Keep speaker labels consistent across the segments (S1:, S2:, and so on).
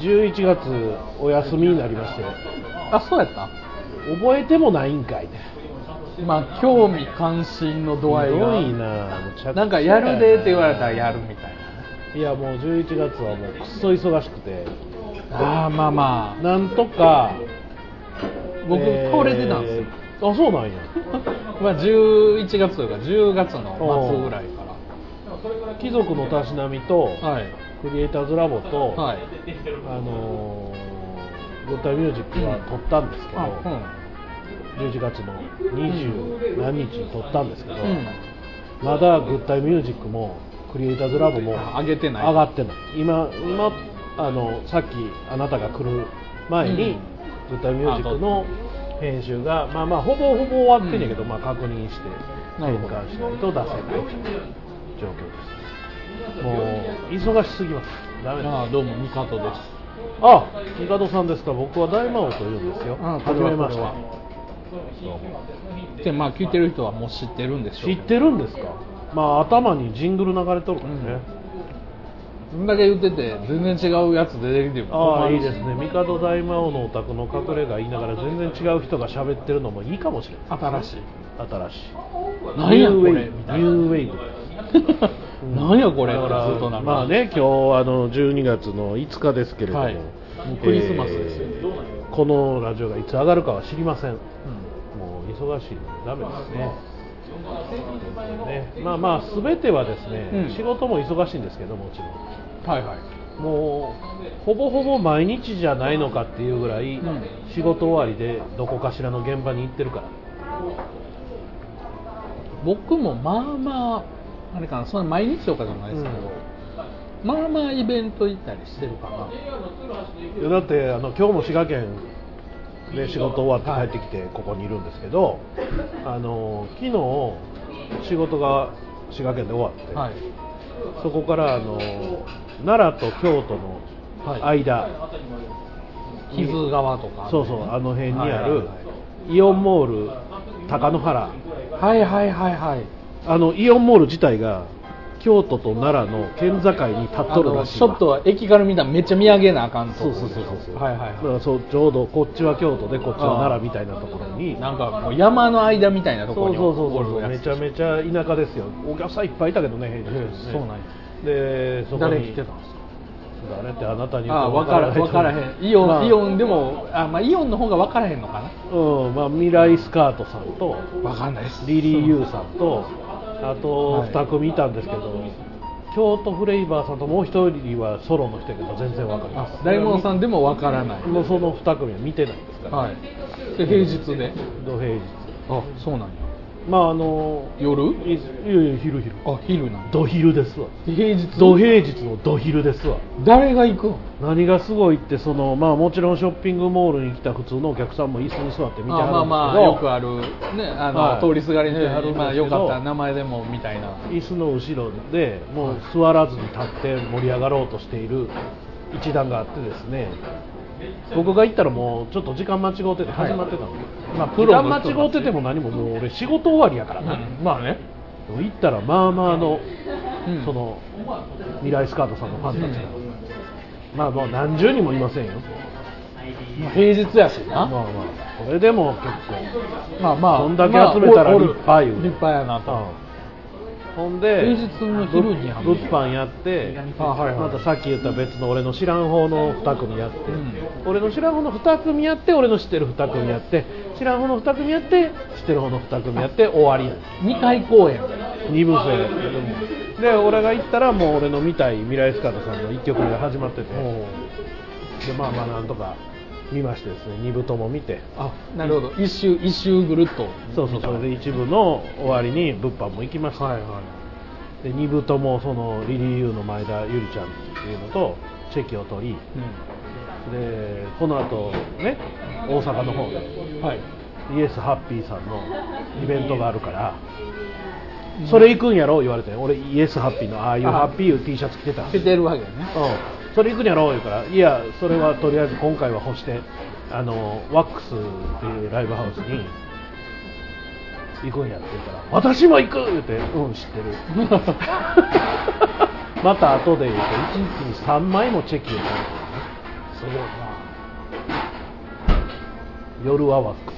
S1: 11月お休みになりまして
S2: あそうやった
S1: 覚えてもないんかいね
S2: まあ興味関心の度合いが
S1: ひどいなむちゃくちゃ
S2: なんかやるでって言われたらやるみたい
S1: いやもう11月はもうくっそ忙しくて
S2: なあーまあまあ
S1: なんとか
S2: 僕
S1: えー
S2: 倒れてたんですよ、
S1: あそうなんや
S2: まあ11月というか10月の末ぐらいか
S1: 貴族のたしなみと、
S2: らはい
S1: クリエイターズラボと、
S2: はい
S1: あのー、ゴッタミュージックは撮ったんですけど、
S2: あ
S1: 11月の20何日に撮ったんですけど、
S2: うんうん
S1: まだグッタイミュージックもクリエイターズラボも
S2: あ上げてない
S1: 上がってない今今あのさっきあなたが来る前に、
S2: うん
S1: グッタイミュージックの編集がまあまあほぼほぼ終わってんねんけど、
S2: うん
S1: まあ確認して
S2: な
S1: 変
S2: るほど
S1: 換しないと出せない状況ですもう忙しすぎますダメです
S2: あどうもミカトです
S1: あ、ミカドさんですか。僕は大魔王と言うんですよ。
S2: あ
S1: 初めまして。
S2: こでまあ聞いてる人はもう知ってるんでしょう
S1: 知ってるんですか。まあ頭にジングル流れとるからね。
S2: こんだけ言ってて全然違うやつ出てきても
S1: あ
S2: 困
S1: あ
S2: る
S1: い
S2: し
S1: いですね。ミカド大魔王のお宅の隠れ家言いながら全然違う人が喋ってるのもいいかもしれない。
S2: 新しい
S1: 新しい。
S2: 何やこれ
S1: ニューウェイ
S2: み
S1: ブ。
S2: たい
S1: ニ
S2: な
S1: ューウェイブ。うん
S2: 何やこれ
S1: だから
S2: ずっとなんか
S1: まあね、今日あの12月の5日ですけれども、
S2: はいもうクリスマスですよ
S1: えーこのラジオがいつ上がるかは知りません。
S2: う
S1: もう忙しいのでダメですね。ねまあまあ全てはですね、
S2: うん
S1: 仕事も忙しいんですけどもちろん
S2: んはいはい
S1: もうほぼほぼ毎日じゃないのかっていうぐらい、
S2: うん
S1: 仕事終わりでどこかしらの現場に行ってるから
S2: 僕もまあまああれかなそんな毎日とかじゃないですけど、まあまあイベント行ったりしてるかない
S1: やだってあの今日も滋賀県で仕事終わって帰ってきてここにいるんですけど、あの昨日仕事が滋賀県で終わって、
S2: はい
S1: そこからあの奈良と京都の間、
S2: 木津川とか
S1: そうそうあの辺にあ
S2: はい
S1: る
S2: はい
S1: イオンモール高野原
S2: はいはいはいはい
S1: あのイオンモール自体が京都と奈良の県境に立っとるらしい
S2: あのちょっと駅から見たらめっちゃ見上げなあかんと
S1: そ
S2: こ
S1: うそうそうそうそう
S2: はいはい
S1: だか
S2: は
S1: らそうちょうどこっちは京都でこっちは奈良みたいなところに
S2: いなんかもう山の間みたいな
S1: そ
S2: と
S1: う
S2: こ
S1: そ
S2: ろ
S1: う
S2: に
S1: そう
S2: お
S1: そう
S2: るや
S1: め
S2: つ
S1: ちゃめちゃ田舎ですよお客さんいっぱいいたけどね 平日ね
S2: ええそうなんや
S1: でそこに
S2: 誰来てたんですか
S1: 誰ってあなたに言う
S2: あ
S1: と
S2: 分か
S1: ない
S2: ら
S1: と
S2: 分
S1: 思う
S2: からへんイオン、
S1: まあ
S2: イオンでもあ、まあ、イオンの方が分からへんのか
S1: うんまあ未来スカートさんと
S2: な分かんないです
S1: リリー・ユー
S2: ん
S1: さんとあと
S2: はい
S1: 2組いたんですけど、京都フレイバーさんともう1人はソロの人やけど全然わかりま
S2: あ
S1: す
S2: 大門さんでも分からない、
S1: もうその2組は見てないですから、
S2: はいで平日で
S1: 土平日
S2: あそうなんや
S1: まああの
S2: 夜
S1: いいやいや昼昼
S2: あ昼なんだ
S1: 土昼ですわ
S2: 平日
S1: 土平日の土昼ですわ
S2: 誰が行くの
S1: 何がすごいってそのまあもちろんショッピングモールに来た普通のお客さんも椅子に座って見て
S2: あま
S1: は
S2: あ
S1: るんですけど
S2: まあよくあるねあの、
S1: はい
S2: 通りすがりに、
S1: ねあるんですけど
S2: まあよかったら名前でもみたいな
S1: 椅子の後ろでもう座らずに立って盛り上がろうとしている一団があってですね僕が行ったらもうちょっと時間間違うてて
S2: はい
S1: 始まってたの、
S2: まあ
S1: まあ、
S2: プ
S1: 時
S2: ロ
S1: 間
S2: の人たち
S1: 間違うてても何ももう俺仕事終わりやからな、
S2: うんまあね、
S1: でも行ったらまあまあの、
S2: うん
S1: その未来スカートさんのファンたちが、まあもう何十人もいませんよ
S2: まあ平日やし
S1: ま
S2: な
S1: あまあこれでも結
S2: まあまあ
S1: こんだけ集めたら
S2: まあおる
S1: 立派よ
S2: 立派やなと、
S1: 構、ほんで
S2: 平日の昼に
S1: 物販やって
S2: あはいはい
S1: またさっき言った別の俺の知らん方の2組やって、
S2: うん
S1: 俺の知らん方の2組やって俺の知ってる2組やって知らん方の2組やって知ってる方の2組やって終わりや
S2: 2回公演
S1: 2部制やけどもで俺が行ったらもう俺の見たい未来スカートさんの1曲目が始まっててでまあまあなんとか見ましてですね2部とも見て
S2: あなるほど一周一周ぐるっと
S1: そうそうそれで一部の終わりに物販も行きました、
S2: はいは
S1: で2部ともそのリリー・ユーの前田ゆりちゃんっていうのとチェキを取り
S2: い、
S1: でこの後ね大阪の方で
S2: うん、はい
S1: イエスハッピーさんのイベントがあるからそれ行くんやろ言われて俺イエスハッピーのああいう
S2: あ
S1: ハッピーいう T シャツ着てた
S2: 出てるわけやね
S1: うん、それ行くんやろ言うからいやそれはとりあえず今回は干してあのワックスっていうライブハウスに行くんやって言うから私も行く言うてうん知ってる また後で言うて一日に3枚もチェキを取るすごいな夜はワックス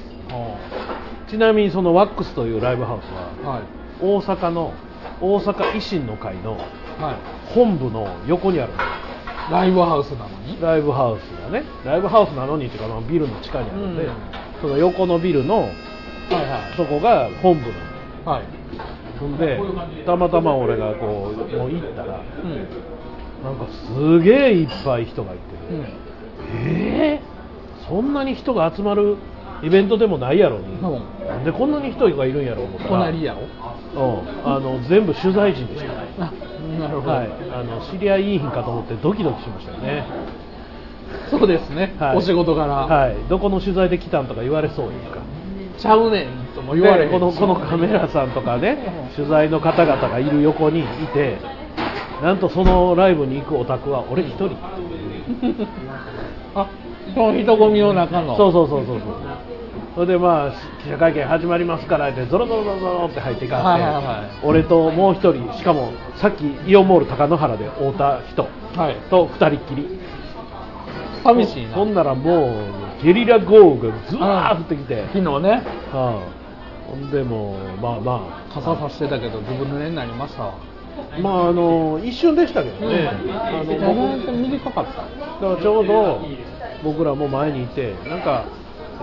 S1: ちなみにそのワックスというライブハウスは
S2: はい
S1: 大阪の大阪維新の会の
S2: は
S1: 本部の横にあるんですよ
S2: いライブハウスなのに
S1: ライブハウスがねライブハウスなのにっていうか、まあ、ビルの地下にあるんで、
S2: うん
S1: その横のビルの
S2: はいはい
S1: そこが本部なんで
S2: はい
S1: すほんでたまたま俺がこうもう行ったら
S2: うん
S1: なんかすげえいっぱい人がいて、
S2: う
S1: ええそんなに人が集まるイベントでもないやろに、
S2: うん
S1: なんでこんなに人がいるんやろう思ったら
S2: 隣やろ
S1: うん、あの全部取材陣でした、
S2: あなるほど、
S1: はい、あの知り合いいいんかと思ってドキドキしましたよね
S2: そうですね、
S1: はい
S2: お仕事柄、
S1: はい、どこの取材で来たんとか言われそうやんか
S2: ちゃうねんとも言われへん
S1: ね
S2: し
S1: このこのカメラさんとかね取材の方々がいる横にいてなんとそのライブに行くオタクは俺一 人っていう
S2: あその人混みの中の
S1: そうそうそうそうそうそれでまあ記者会見始まりますからってゾロゾロゾロゾロって入っていか
S2: はいはいは
S1: ん
S2: い
S1: て俺ともう一人しかもさっきイオンモール高野原で会うた人
S2: はい
S1: と二人っきり
S2: 寂しいな
S1: ほんならもうゲリラ豪雨がずわー降ってきて
S2: 昨日ね
S1: うんほんでもうまあまあ
S2: 傘さしてたけどずぶ濡れになりましたわ
S1: まああの一瞬でしたけどね、あの
S2: 意外と短かった
S1: 僕だからちょうど僕らも前にいてなんか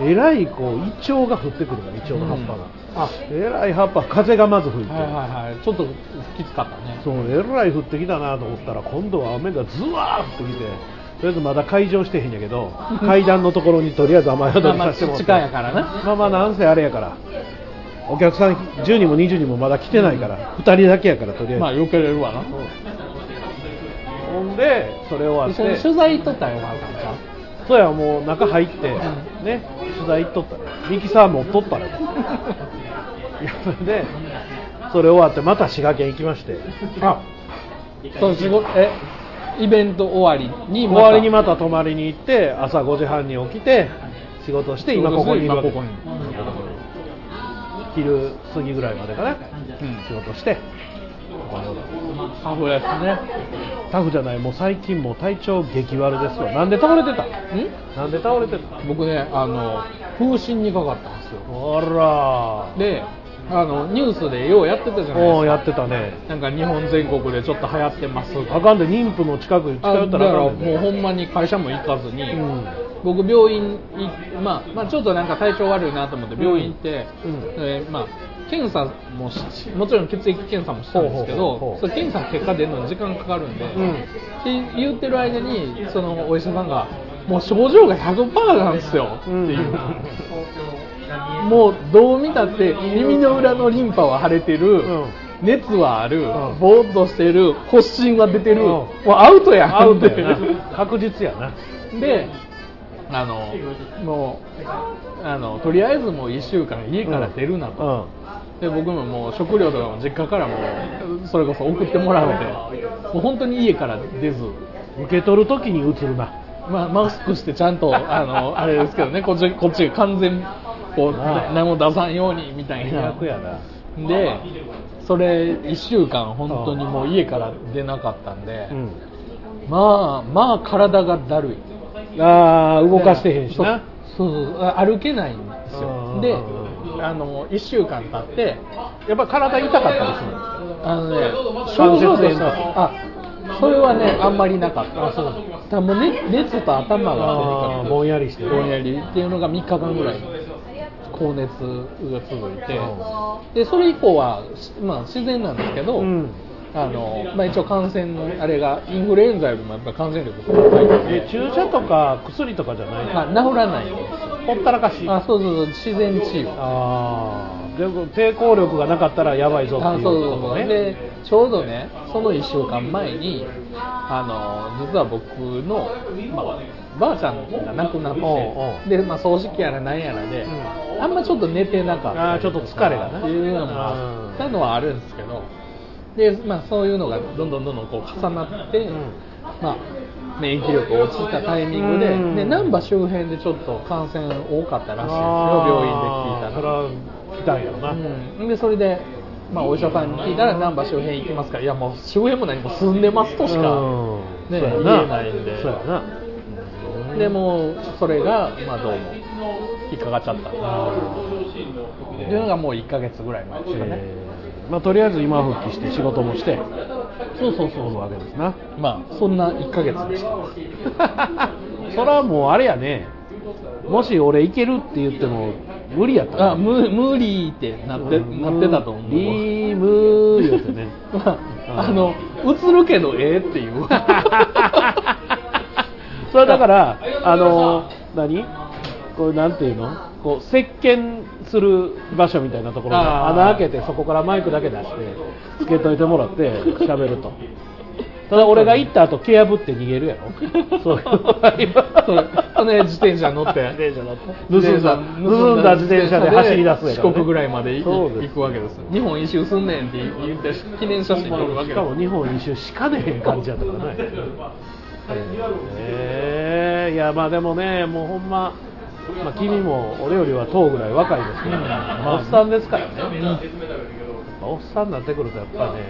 S1: えらいこうイチョウが降ってくるからイチョウの葉っぱが、
S2: あ
S1: えらい葉っぱ風がまず吹いて、
S2: はいはいはいちょっときつかったね
S1: そうえらい降ってきたなと思ったら今度は雨がズワーってきてとりあえずまだ開場してへんやけど階段のところにとりあえず雨宿りさせてもらって
S2: まあまあ地下やからな
S1: まあまあなんせあれやからお客さん10人も20人もまだ来てないから、2人だけやからとりあえず、
S2: まあ避けれるわな
S1: ほんでそれ終わっ
S2: 一緒に
S1: て
S2: 取材とったらよかったんちゃう
S1: そうやもう中入って、
S2: う
S1: ね取材行っとったらミキサー持っと ったらいやそれでそれ終わってまた滋賀県行きまして
S2: あその仕事えイベント終わりに
S1: 終わりにまた泊まりに行って朝5時半に起きて仕事して今ここにいるわけ
S2: 今ここに
S1: 昼過ぎぐらいまでかな
S2: うん
S1: 仕事してここにおる
S2: カフェです
S1: タフじゃないもう最近もう体調激悪ですよなんで倒れてた
S2: ね
S1: なんで倒れてた
S2: ん僕ねあの風疹にかかったんですよ
S1: あら
S2: であのニュースでようやってたじゃない
S1: おお
S2: で
S1: や
S2: す
S1: ってたね
S2: かなんか日本全国でちょっと流行ってます
S1: あかんで妊婦の近くに近
S2: あ
S1: 寄っ
S2: だか
S1: たらあ
S2: ら
S1: か
S2: も
S1: ん
S2: う
S1: で
S2: ほんまに会社も行かずに、
S1: うん
S2: 僕病院い、まあ、まあちょっとなんか体調悪いなと思って病院行って、
S1: うんうん
S2: えーまあ、検査もしもちろん血液検査もしたんですけ
S1: ほうほうほうほ
S2: ど
S1: う
S2: それ検査の結果出るのに時間かかるんで、
S1: うん
S2: って言ってる間にそのお医者さんがもう症状が100%なんですよっていう、もうどう見たって耳の裏のリンパは腫れてる、
S1: うん
S2: 熱はある、
S1: ん
S2: ぼーっとしてる発疹は出てる、
S1: うん
S2: もうアウトやん
S1: アウト
S2: って
S1: やな確実やな
S2: であのもうあのとりあえずもう1週間家から出るなと、
S1: うん
S2: で僕ももう食料とかも実家からもうそれこそ送ってもらうてもう本当に家から出ず、
S1: 受け取るときに移るな
S2: まあ、マスクしてちゃんと あのあれですけどねこっちこっちが完全こう
S1: ああ
S2: 何も出さんようにみたいな
S1: 逆やな
S2: でそれ1週間本当にもう家から出なかったんで、
S1: うん
S2: まあまあ体がだるい
S1: ああ動かしてへんしな
S2: そうそうそうあ歩けないんです
S1: うんうんう
S2: よ
S1: ん
S2: であの1週間経って
S1: やっぱ体痛かったりするの
S2: あのね症状
S1: 関節
S2: で
S1: とか
S2: あそれはねあんまりなかっただからもう、ね、熱と頭が
S1: あーぼんやりして
S2: ぼんやりっていうのが3日間ぐらい高熱が続いてでそれ以降は、しまあ、自然なんですけど、
S1: うん
S2: あのまあ、一応感染のあれがインフルエンザよりもやっぱ感染力が高いの
S1: え
S2: で、
S1: 注射とか薬とかじゃないの
S2: まあ、治らないんですよ
S1: ほったらかし
S2: あそうそうそう自然治癒
S1: ああでも抵抗力がなかったらやばいぞって
S2: あ
S1: いう
S2: そうそう
S1: こと
S2: そう
S1: ね
S2: でちょうどねその1週間前にあの実は僕の、まあ、ばあちゃんが亡くなって
S1: おうおう
S2: で、まあ、葬式やらなんやらで、
S1: うん
S2: あんまちょっと寝てなかった
S1: あーちょっと疲れがね
S2: っていうのもあったのはあるんですけどで、まあ、そういうのがどんどんどんどんこう重なって、
S1: ん
S2: まあ、免疫力落ちたタイミングで,、
S1: うん
S2: で難波周辺でちょっと感染多かったらしいんですよ病院で聞いたら。
S1: らそれは来たんやろな、
S2: うん、でそれで、まあ、お医者さんに聞いたら難波周辺行きますからいやもう周辺も何も住んでますとしか、
S1: うん
S2: ね、
S1: そう
S2: 言
S1: や
S2: えないんで
S1: そうやな
S2: うんでもそれが、まあ、どうも引っかかっちゃったっていうのがもう1か月ぐらい前ですかね、
S1: えーまあ、とりあえず今復帰して仕事もして
S2: そうそうそう
S1: おるわけですな
S2: まあそんな1か月でした
S1: それはもうあれやねもし俺行けるって言っても無理やったね
S2: あ無無理ってなって,、
S1: うん
S2: なってたと思う
S1: リームー言うてね
S2: まあ、あの映るけどええっ ていう
S1: それはだからあの何こうなんていうのこう石鹸する場所みたいなところで
S2: あー
S1: 穴開けてそこからマイクだけ出してつけといてもらって喋るとただ俺が行った後蹴破って逃げるやろそういうのあります
S2: そうあのね自転車乗って
S1: 自転車乗って盗んだ盗んだ自転車で走り出すや
S2: 四
S1: ろ
S2: 国ぐらいまでい
S1: そうです
S2: 行くわけです日本一周すんねんって言って記念写真撮るわけ
S1: し
S2: で
S1: か
S2: す
S1: も日本一周しかねへん感じやったからねえーいやまあでもねもうほんま、まあ、君も俺よりは当ぐらい若いですから、まあ、おっさんですからね、まあ、おっさんになってくるとやっぱね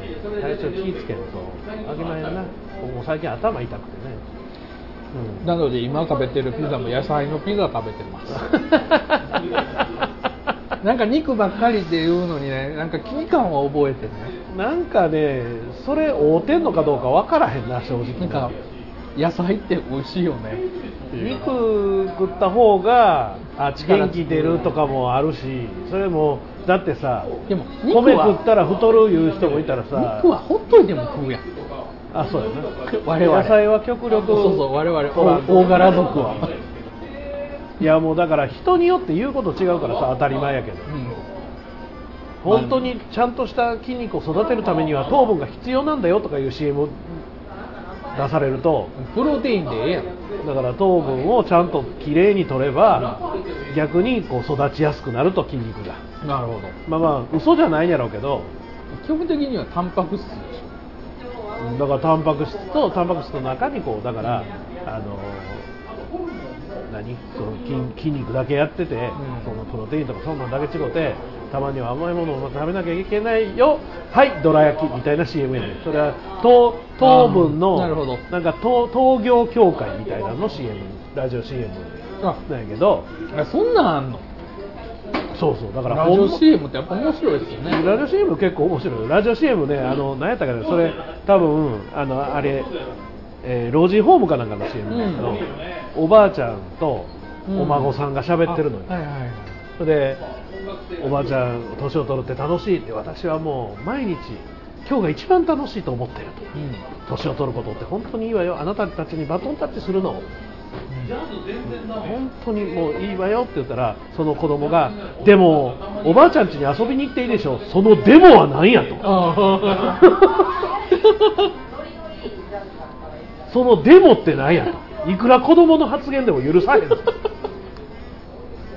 S1: 体調気ぃつけるとあげないな僕も最近頭痛くてね、うん、
S2: なので今食べてるピザも野菜のピザ食べてます なんか肉ばっかりっていうのにねなんか危機感は覚えてね
S1: なんかねそれ合うてんのかどうかわからへんな正直
S2: なんか野菜って美味しいよねっていう
S1: 肉食った方が
S2: あ
S1: 元気出るとかもあるしそれもだってさ
S2: でも肉
S1: 米
S2: は
S1: 食ったら太るいう人もいたらさ
S2: 肉はほっといても食うやん
S1: あそうやな
S2: 我々
S1: 野菜は極力
S2: そうそう我
S1: 取らん
S2: 々
S1: と
S2: 大大柄族は、
S1: いやもうだから人によって言うこと違うからさ当たり前やけど本当にちゃんとした筋肉を育てるためには糖分が必要なんだよとかいう CM を出されると
S2: うん、プロテインでええやん
S1: だから糖分をちゃんときれいに取れば逆にこう育ちやすくなると筋肉が
S2: なるほど
S1: まあまあ嘘じゃないんやろうけど
S2: 基本的にはタンパク質でし
S1: だからタンパク質とタンパク質の中にこうだからあの何その筋筋肉だけやってて、
S2: ん
S1: そのプロテインとかそんなんだけ違うてたまには甘いものを食べなきゃいけないよはいどら焼きみたいな CM やねんそれは糖糖分の
S2: あーなるほど
S1: んか糖糖業協会みたいなの CM ラジオ CM
S2: ょあ
S1: なんやけど
S2: あそんなんあんの
S1: そうそうだから
S2: ラジオ CM ってやっぱ面白いですよね
S1: ラジオ CM 結構面白いよラジオ CM ね、あの何やったかね、それ、多分あのあれ、えー老人ホームかなんかの CM だけど、おばあちゃんとお孫さんが喋ってるのに、
S2: あはいはいはい
S1: それで、おばあちゃん、年を取るって楽しいって、私はもう毎日、今日が一番楽しいと思ってると、
S2: うんうん
S1: 年を取ることって本当にいいわよ、あなたたちにバトンタッチするの、本当にもういいわよって言ったら、その子供が、でも、おばあちゃん家に遊びに行っていいでしょ、そのデモは何やと。
S2: あ
S1: そのデモってなんやといくら子供の発言でも許さへんと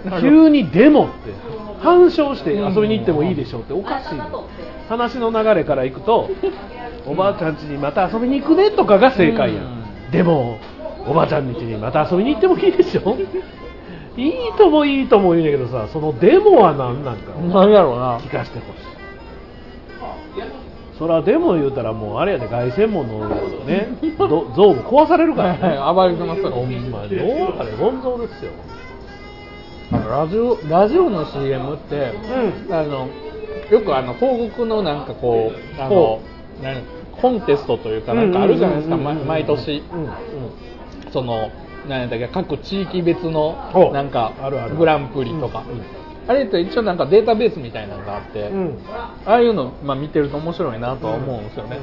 S2: なるほ
S1: 急にデモって反証して遊びに行ってもいいでしょうっておかしいよ話の流れからいく とおばあちゃん家にまた遊びに行くねとかが正解や
S2: うん
S1: でもおばあちゃん家にまた遊びに行ってもいいでしょいいともいいとも言うんやけどさそのデモは何なんか
S2: どなんだろうな
S1: 聞かせてほしいそらでも言うたらもうあれやで凱旋門のねど像も壊されるか
S2: は
S1: ら
S2: い
S1: ね
S2: はい暴れてますから
S1: ほんまにどうあれ本当ですよ
S2: あのラジオラジオの CM って、
S1: う
S2: あのよくあの広告のなんかこうあの
S1: ほ
S2: 何コンテストというかなんかあるじゃないですか、
S1: うんうんうんうん
S2: 毎毎年、
S1: うんうん
S2: その何やったっけ各地域別
S1: ほ
S2: の
S1: う
S2: なんか
S1: あるある
S2: グランプリとか、
S1: うんうん
S2: あれって一応なんかデータベースみたいなのがあって、
S1: うん
S2: ああいうの、まあ、見てると面白いなとは思うんですよね、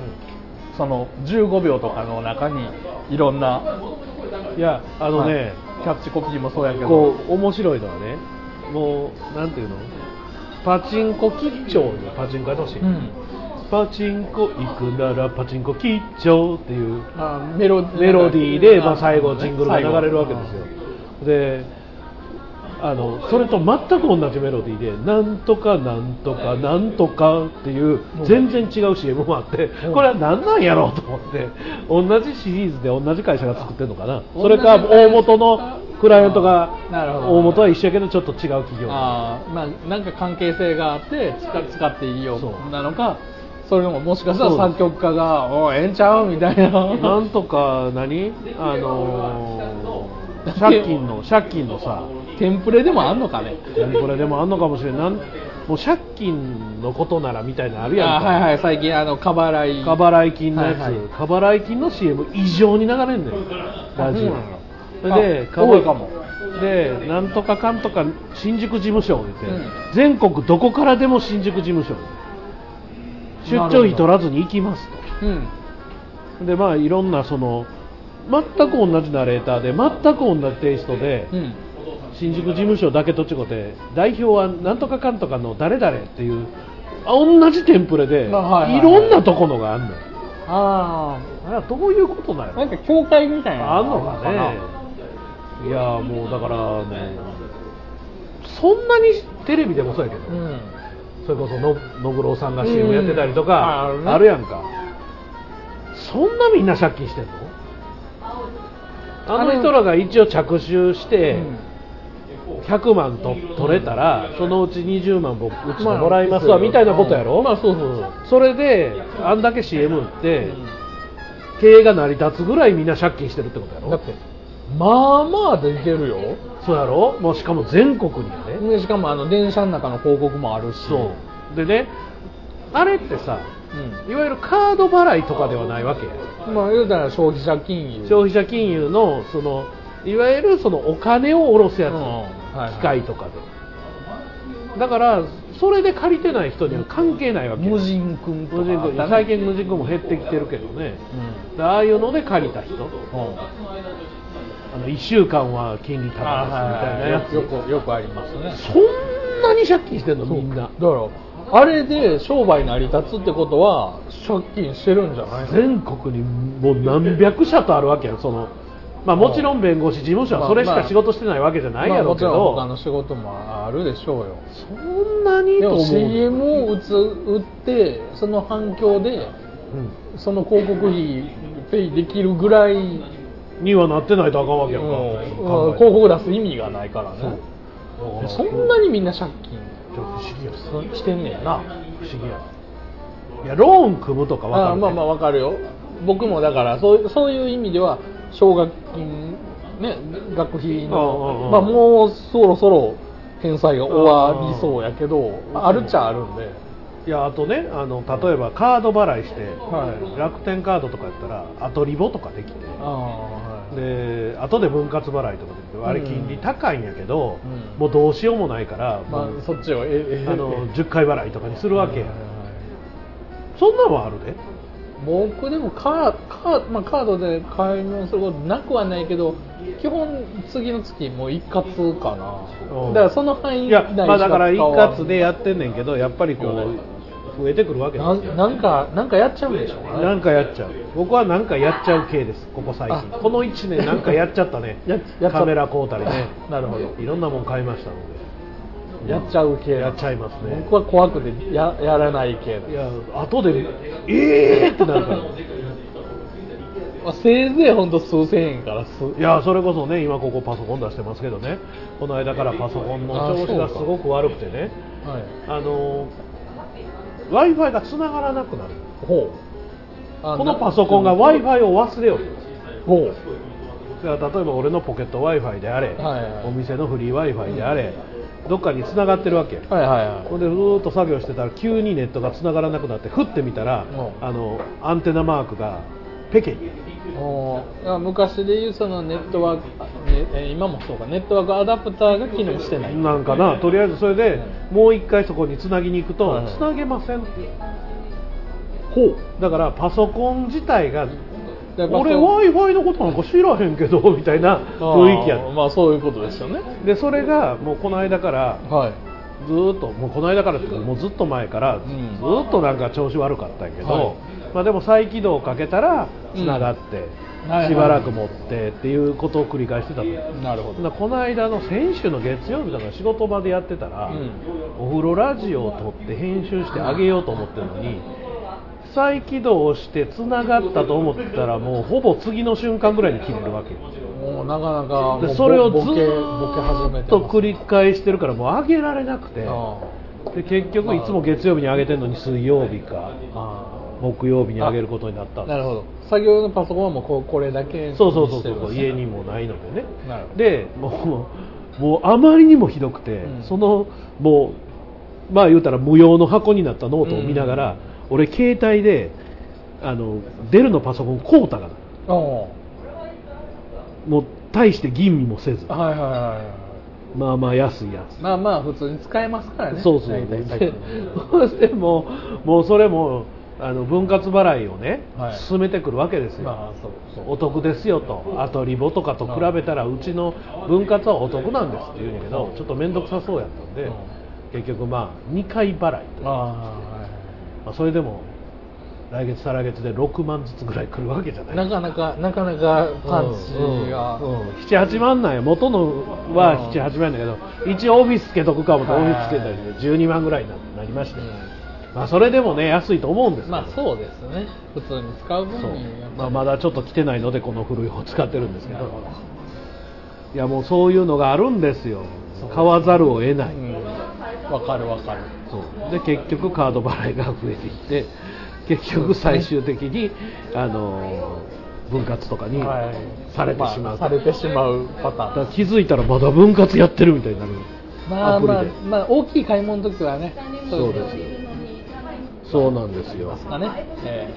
S2: その15秒とかの中にいろんない
S1: やあのね、
S2: キャッチコピーもそうやけど
S1: こう面白いのはねもうなんていうのパチンコ吉兆にパチンコやってほしい、
S2: うん
S1: パチンコ行くならパチンコ吉兆っていう
S2: あメロ
S1: メロディーで、まあ、最後ジングルが流れるわけですよであのそれと全く同じメロディーで「なんとかなんとかなんとか」っていう全然違う CM もあって
S2: うん
S1: これは何なんやろうと思って同じシリーズで同じ会社が作ってるのかな
S2: 同じ
S1: それか大元のクライアントが
S2: あなるほど
S1: 大元は一緒やけどちょっと違う企業
S2: あーまあなんか関係性があって使使っていいよ
S1: そう
S2: なのかそれとももしかしたら
S1: そう
S2: 作曲家が「おいええんちゃう?」みたいな
S1: なんとか何あの借金の借金のさ
S2: テンプレでもあんのかね
S1: テンプレでもあんのかもしれんなんもう借金のことならみたいなのあるやん
S2: あ
S1: か
S2: はいはい最近あの過払い
S1: 過払い金のやつ、
S2: はいはい
S1: 過払い金の CM 異常に流れんねんラジ
S2: そう
S1: オ
S2: なんや
S1: で
S2: あ
S1: 過払
S2: 多いかも
S1: でなんとかかんとか新宿事務所を言って、
S2: うん
S1: 全国どこからでも新宿事務所出張費取らずに行きます
S2: うん
S1: とでまあいろんなその全く同じナレーターで全く同じテイストで、
S2: うん
S1: 新宿事務所だけと違って代表はなんとかかんとかの誰々っていうあ同じテンプレでい
S2: あはいはいはい
S1: ろんなとこのがあんのよ
S2: あ
S1: あれはどういうことな
S2: あ
S1: の
S2: なんか教会みたいな
S1: あんの
S2: が
S1: かねいやーもうだからねそんなにテレビでもそうやけど、
S2: うん
S1: それこその信郎さんが CM やってたりとか、
S2: うんあ
S1: あ
S2: あ
S1: る
S2: る
S1: や
S2: ね
S1: んかそんなみんな借金してんのあの人らが一応着手して、100万と取れたらそのうち20万僕うちでもらいますわみたいなことやろ、
S2: まあそうそうそう
S1: それであんだけ CM 売って
S2: う
S1: 経営が成り立つぐらいみんな借金してるってことやろ
S2: んだってまあまあでいけるよ、
S1: そうやろもうしかも全国にやね、
S2: ね、しかもあの電車の中の広告もあるし
S1: そうでねあれってさ
S2: う
S1: いわゆるカード払いとかではないわけや
S2: ん、まあ言うたら消費者金融
S1: 消費者金融のそのいわゆるそのお金を下ろすやつ、
S2: うんはいはい
S1: 機械とかでだからそれで借りてない人には関係ないわけや
S2: 無人君と
S1: 無人
S2: かあ
S1: 区
S2: ったね
S1: 最近無人区も減ってきてるけどね
S2: うん
S1: でああいうので借りた人
S2: うん
S1: あの1週間は金利高いですみたいなやつ
S2: よくよくありますね
S1: そんなに借金してんのみんな
S2: だからあれで商売成り立つってことは借金してるんじゃない
S1: 全国にもう何百社とあるわけやんそのまあもちろん弁護士事務所はそれしか仕事してないわけじゃないやろうけ
S2: まあ
S1: ど、
S2: もちろん他の仕事もあるでしょうよ
S1: そんなに
S2: で
S1: と
S2: も
S1: 思う、
S2: CM を打つ打ってその反響で
S1: う
S2: その広告費ペイできるぐらい、うん
S1: ん、にはなってないとあかんわけやんか、
S2: う
S1: 考
S2: ん広
S1: え
S2: 告出す意味がないからね
S1: て
S2: そんなにみんな借金
S1: 不思議やな
S2: そしてんねやな
S1: 不思議やないやローン組むとかわか
S2: あ
S1: る、ね、
S2: まあまあわかるよ僕もだからそうそういう意味では奨学金ね学費
S1: うんうんう
S2: の
S1: ん
S2: まあもうそろそろ返済が終わりそうやけどあるっちゃあるんで
S1: いやあとねあの例えばカード払いして、
S2: はい
S1: 楽天カードとかやったらアトリボとかできて
S2: ああはい
S1: で後で分割払いとかできてあれ
S2: うん
S1: 金利高いんやけど、
S2: うん
S1: もうどうしようもないから、
S2: ま
S1: もう
S2: あそっちを
S1: あ
S2: ええ
S1: の
S2: え
S1: 10回払いとかにするわけや、
S2: はいはいはい
S1: そんなんはあるで
S2: 僕でもカーカー、まあ、カードで買い物することなくはないけど基本次の月もう一括か
S1: うん
S2: なだからその範囲
S1: いや、
S2: 内し
S1: まあ、だから一
S2: 買わん
S1: 括でやってんねんけどやっぱりこう増えてくるわけです
S2: な
S1: よ
S2: んなんかなんかやっちゃうんでしょうね
S1: なんかやっちゃう僕はなんかやっちゃう系ですここ最近
S2: あ
S1: この1年なんかやっちゃったね
S2: やっやっちゃった
S1: カメラ買うたりね
S2: なるほど
S1: いろんなもん買いましたので
S2: やっちゃう系
S1: やっちゃいますね
S2: 僕は怖くてややらない系
S1: いや後でええー、ってなるから
S2: まあせいぜいほんと数千円から数
S1: いやそれこそね今ここパソコン出してますけどねこの間からパソコンの調子がすごく悪くてね
S2: はい
S1: あの w i f i が繋がらなくなる
S2: ほうあ
S1: このパソコンが w i f i を忘れよる
S2: ほう
S1: だから例えば俺のポケット w i f i であれ、
S2: はいはい
S1: お店のフリー w i f i であれ、どっかに繋がってるわけ、
S2: はいはいはい
S1: ほんでずーっと作業してたら急にネットが繋がらなくなってふってみたら、
S2: うん
S1: あのアンテナマークがペケに
S2: おー昔でいうそのネットワーク、あねえー今もそうかネットワークアダプターが機能してない
S1: なんかなとりあえずそれで、もう一回そこに繋ぎに行くと、
S2: はいはい
S1: 繋げませんほうだからパソコン自体が
S2: だから
S1: 俺
S2: パソ
S1: w i f i のことなんか知らへんけど みたいな
S2: あー
S1: 雰囲気やっ
S2: まあそういうことですよね
S1: たでそれがもうこの間から
S2: はい
S1: ずーっともうこの間からっていうかもうずっと前から、
S2: ん
S1: ずーっとなんか調子悪かったんやけど、
S2: はい
S1: まあ、でも再起動をかけたらつながって、
S2: うんはいはい
S1: しばらく持ってっていうことを繰り返してたのよ
S2: なるほど
S1: だからこの間の先週の月曜日だから仕事場でやってたら、
S2: うん
S1: お風呂ラジオを撮って編集してあげようと思ってるのに再起動をしてつながったと思ったらもうほぼ次の瞬間ぐらいに切れるわけよ
S2: もうなかなかもう
S1: でそれをず
S2: ボケボケ始め
S1: ーってと
S2: ます
S1: 繰り返してるからもう上げられなくて
S2: あー
S1: で結局いつも月曜日に上げてるのに水曜日か
S2: あー
S1: 木曜日にあげることになったんで
S2: なるほど作業用のパソコンはもうこうこれだけ
S1: そうそうそうそう、
S2: にしてる
S1: 家にもないのでね
S2: なるほど
S1: でもうもうあまりにもひどくて、
S2: うん
S1: そのもうまあ言うたら無用の箱になったノートを見ながら、
S2: うん
S1: 俺携帯であのデルのパソコン買うたがな
S2: お
S1: もう大して吟味もせず
S2: ーはいはいはいはい
S1: まあまあ安いやつ
S2: まあまあ普通に使えますからね
S1: そうそう
S2: 大 体
S1: でそしてもうもうそれもあの分割払いをね、
S2: はい
S1: 進めてくるわけですよ、
S2: まあそうそう
S1: お得ですよとあとリボとかと比べたらうちの分割はお得なんですって言うんやけどちょっと面倒くさそうやったんで
S2: うん
S1: 結局まあ2回払いという
S2: ああはいはい
S1: まあ、それでも来月再来月で6万ずつぐらい来るわけじゃない
S2: なかなかなかなかパンチが、
S1: うんうん78万なんや元のは
S2: うん
S1: 78万やだけど一応帯びつけとくかもと
S2: はい
S1: 帯びつけたりで12万ぐらいになりまして、
S2: う
S1: まあ、それでもね安いと思うんです
S2: ん
S1: けど
S2: まあそうですね普通に使う分
S1: そう
S2: にやっぱり
S1: まあ、まだちょっと来てないのでこの古い方を使ってるんですけ
S2: な
S1: ど
S2: るほど
S1: いやもうそういうのがあるんですよ
S2: そう
S1: 買わざるを得ない、
S2: うんわ、かるわかる
S1: そうで結局カード払いが増えていって結局最終的に、あのー分割とかにされてしまう、
S2: あされてしまうパタ
S1: だ
S2: ーン
S1: から気づいたらまだ分割やってるみたいになる
S2: ま
S1: ア
S2: あ
S1: プリ
S2: まあ
S1: で、
S2: まあ、大きい買い物の時はね、
S1: そう
S2: い
S1: で
S2: の
S1: すよ
S2: あ
S1: そうなんです
S2: り
S1: よ
S2: ますかね、え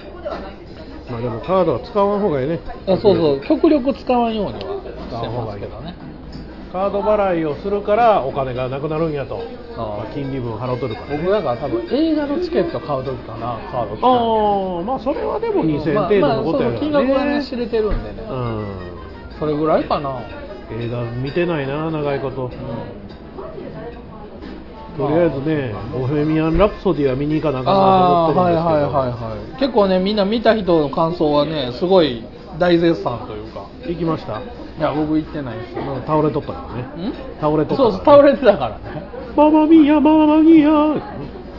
S1: まあでもカードは使わん方がいいね
S2: えあそうそう、極力使わんようにはしてますけどね、
S1: カード払いをするからお金がなくなるんやと
S2: あー
S1: まあ金利分払うとるからね
S2: 僕だから多分、映画のチケット買う時かな、カード使うの
S1: ああまあそれはでも2000円
S2: まあ
S1: 程度のことや
S2: まあ、その
S1: からね、
S2: 金額はね、知れてるんでね、それぐらいかな、
S1: うん映画見てないな長いこと、とりあえずね「ボヘミアン・ラプソディ」は見に行かなあかん
S2: あ
S1: なと
S2: あー、
S1: 思っ
S2: は
S1: て
S2: い
S1: るん
S2: は
S1: ですけ
S2: い
S1: ど、
S2: はいはい、結構ね、みんな見た人の感想はね、すごい大絶賛というか、
S1: 行きました
S2: いや、僕行ってないですけど、
S1: なんか倒れとったからね
S2: ん
S1: 倒れとった
S2: そうそう倒れてたからね
S1: ママミヤママミヤ
S2: い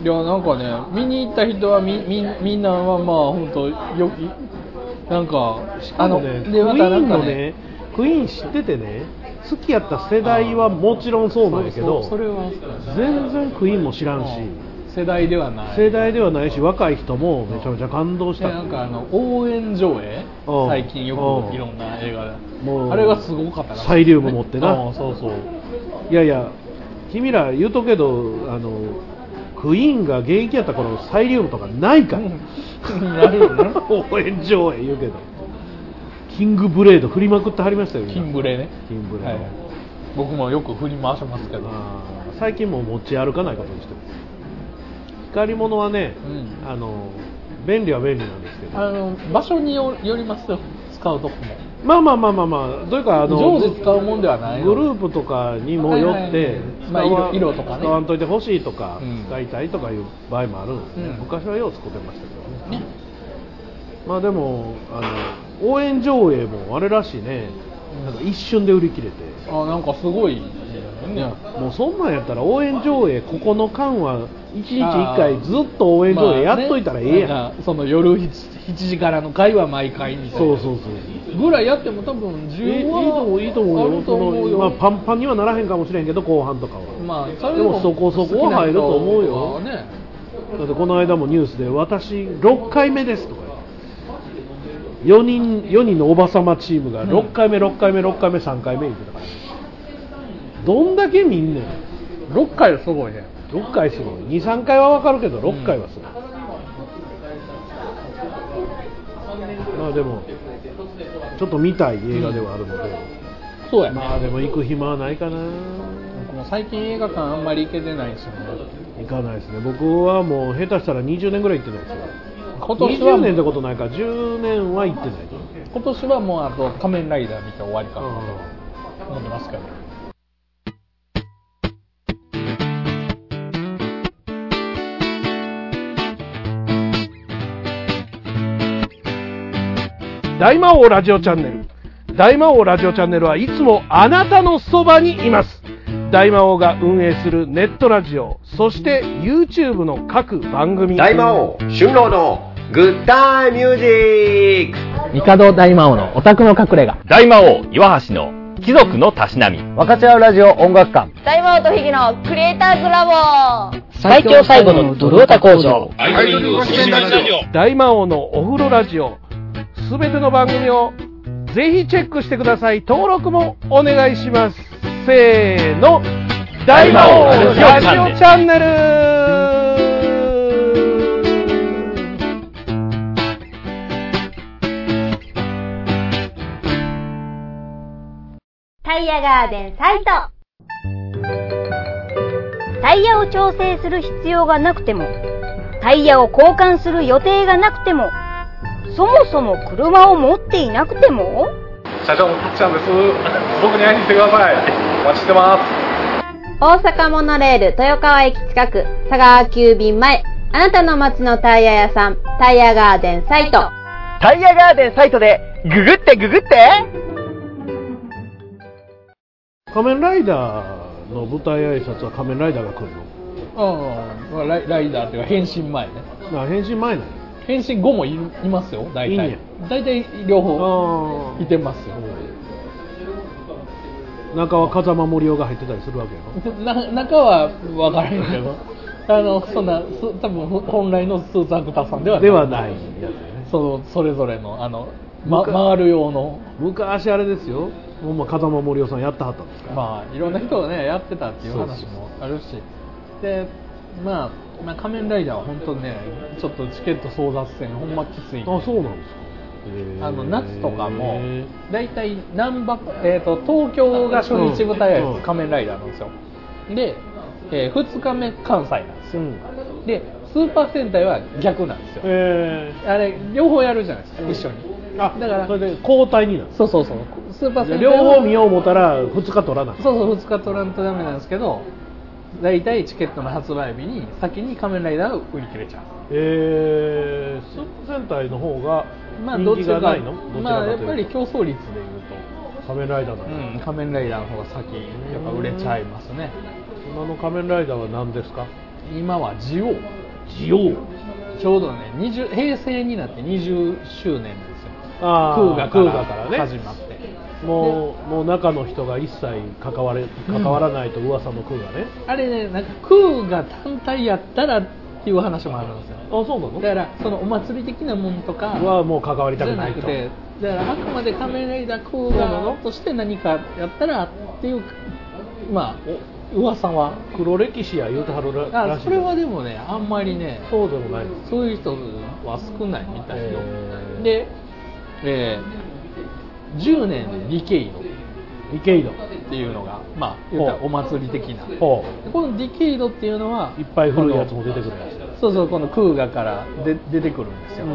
S2: やなんかね見に行った人はみみみんなはまあ本当よきなんか
S1: しかも
S2: あ
S1: ね
S2: の
S1: クイ
S2: でまた
S1: ー
S2: なん
S1: ン
S2: か
S1: のねクイーン知っててね好きやった世代はもちろんそうなんやけど
S2: そうそうそれはそう
S1: 全然クイーンも知らんし
S2: うん世代ではない
S1: 世代ではないし若い人もめちゃめちゃ感動し
S2: で
S1: た
S2: なんかあの応援上映
S1: うん
S2: 最近よ
S1: うん
S2: くいろんな映画で
S1: もう
S2: あれがすごかったらしい
S1: サイリウム持ってな
S2: うんそうそう
S1: いやいや君ら言うとくけどあのクイーンが現役やった頃サイリウムとかないから、
S2: なるよね
S1: 応援上映言うけどキングブレード振りまくってはりましたよみんな
S2: キンブレね
S1: キンブレの
S2: はい僕もよく振り回しますけど
S1: あー最近もう持ち歩かないことにしてます光り物はね、
S2: うん
S1: あの便利は便利なんですけど
S2: あの場所によよりますよ使うとこも
S1: まあまあまあまあまあどういうかあの
S2: 常時使うもんではない
S1: グル
S2: の
S1: ープとかにもよ
S2: はい
S1: っ
S2: はいは
S1: て
S2: い
S1: 使
S2: まあ
S1: わん
S2: 色色とかね
S1: 使わんといてほしいとか、
S2: うん
S1: 使いたいとかいう場合もあるんですね、
S2: うん
S1: 昔はよう使ってましたけどね
S2: ね
S1: まあでもあの応援上映もあれらしいねなんか一瞬で売り切れて
S2: あなんかすごいね
S1: もうそんなんやったら応援上映ここの間は1日1回ずっと応援上映やっといたらええやん、
S2: まあねなんかその夜 7, 時からの会は毎回みたい
S1: そ
S2: な
S1: うそうそう
S2: ぐらいやっても多分
S1: いいいい
S2: 10
S1: と
S2: は
S1: 思ういいと思う
S2: あ
S1: よ
S2: ると思うよ
S1: そのまあ、パンパンにはならへんかもしれんけど後半とかは、
S2: まあれ
S1: でもそこそこは入ると思うよ
S2: 好きな人はね
S1: だってこの間もニュースで「私6回目です」とか言う4人 ,4 人のおばさまチームが
S2: うん
S1: 6回目6回目6回目3回目言ってたから、どんだけ見んねん
S2: 6回はすごいね
S1: 6回すごい23回は分かるけど6回はすごい、まあでもちょっと見たい映画ではあるので、
S2: そうやね、
S1: まあでも行く暇はないかな
S2: 僕も最近映画館あんまり行けてないんですよね
S1: 行かないですね僕はもう下手したら20年ぐらい行ってないですよ
S2: 今年は
S1: 20年ってことないから10年は行ってないと思う
S2: 今年はもうあと仮面ライダー見て終わりかなと思ってますけど、
S1: 大魔王ラジオチャンネル大魔王ラジオチャンネルはいつもあなたのそばにいます大魔王が運営するネットラジオそして YouTube の各番組
S3: 大魔王春郎のグッタイミュージック
S2: 帝大魔王のオタクの隠れ家
S3: 大魔王岩橋の
S4: 貴族のたしなみ
S5: 分かち合うラジオ音楽館
S6: 大魔王とヒゲのクリエイターズラボ
S7: 最強最後のドルオタ工場
S8: アイドルご機嫌ラジオ
S1: 大魔王のお風呂ラジオすべての番組をぜひチェックしてください登録もお願いしますせーの大魔王ラ
S4: ラ
S1: ジ
S4: ジ
S1: オ
S4: オ
S1: チ
S4: チ
S1: ャンネル
S6: タイヤガーデンサイトタイヤを調整する必要がなくてもタイヤを交換する予定がなくてもそもそも車を持っていなくても
S8: 社長もピッチャーです僕に会いに来てくださいお待ちしてます
S9: 大阪モノレール豊川駅近く佐川急便前あなたの街のタイヤ屋さんタイヤガーデンサイト
S7: タイヤガーデンサイトでググってググって
S1: 仮面ライダーの舞台挨拶は仮面ライダーが来る
S2: うんライライダーっていうか変身前ね
S1: のな変身前なんや
S2: 変身後もいるいますよ大
S1: いい
S2: 体
S1: ね
S2: 大体両方
S1: あ
S2: いてますよ
S1: あ中は風間森夫が入ってたりするわけやろ
S2: な中は分からへんけどあのそんなす多分ほ本来のスーツアクターさんでは
S1: ではないやつやね
S2: そのそれぞれのあの、ま、
S1: 僕
S2: 回る用の
S1: 昔あれですよほんま風間森夫さんやったはったんですから、
S2: まあいろんな人がねやってたっていう話もあるしでまあ、まあ、仮面ライダーは本当にねちょっとチケット争奪戦ほんまきついんで
S1: あそうなんですかへえ
S2: あの夏とかも大体難波、えー、と東京が初日舞台挨拶
S1: うん
S2: 仮面ライダーなんですよで、え2日目関西なんです
S1: う
S2: よ
S1: ん
S2: でスーパー戦隊は逆なんですよ
S1: え
S2: あれ両方やるじゃないですか
S1: うん
S2: 一緒に
S1: えあ
S2: だから
S1: それで交代になる
S2: そうそうそうスーパー
S1: じゃあ
S2: 戦隊
S1: 両
S2: は
S1: 方見よう思ったら2日取らない
S2: そうそう2日取らんとダメなんですけど大体チケットの発売日に先に仮面ライダーを売り切れちゃう
S1: えー、スープ戦隊の方が
S2: まあ
S1: 人
S2: どっ
S1: 気
S2: ち
S1: が
S2: が
S1: ないの、どちら
S2: まあ
S1: か
S2: やっ
S1: というと
S2: ぱり競争率でいう
S1: 仮面ライダーだ
S2: と、
S1: から、
S2: うん、仮面ライダーの方が先やっぱ売れちゃいますね
S1: 今の仮面ライダーは何ですか
S2: 今はジオ
S1: ジオウ
S2: ちょうどね20平成になって20周年ですよ
S1: あ
S2: 空ガ
S1: 空ガからね
S2: 始まって
S1: もうもう中の人が一切関われ関わらないと噂の空がね、
S2: あれねなんか空が単体やったらっていう話もあるんですよ
S1: あそうなの
S2: だからそのお祭り的なものとか
S1: はもう関わり
S2: じ
S1: たく
S2: ゃ
S1: な
S2: ない
S1: と
S2: くてだからあくまで仮面ライダークーガーとして何かやったらっていうまあお噂は
S1: 黒歴史や言うてはるらら
S2: あ
S1: しい
S2: それはでもねあんまりね
S1: そうでもないの
S2: そういう人は少ないみたいよ
S1: へー
S2: で、えー10年でディケイドっ
S1: リケイド
S2: ていうのがまあ言ったら
S1: ほう
S2: お祭り的な
S1: ほ
S2: でこのディケイドっていうのは
S1: ういっぱい古いやつも出てくるやつ
S2: そうそうこのクーガからで出てくるんですよ、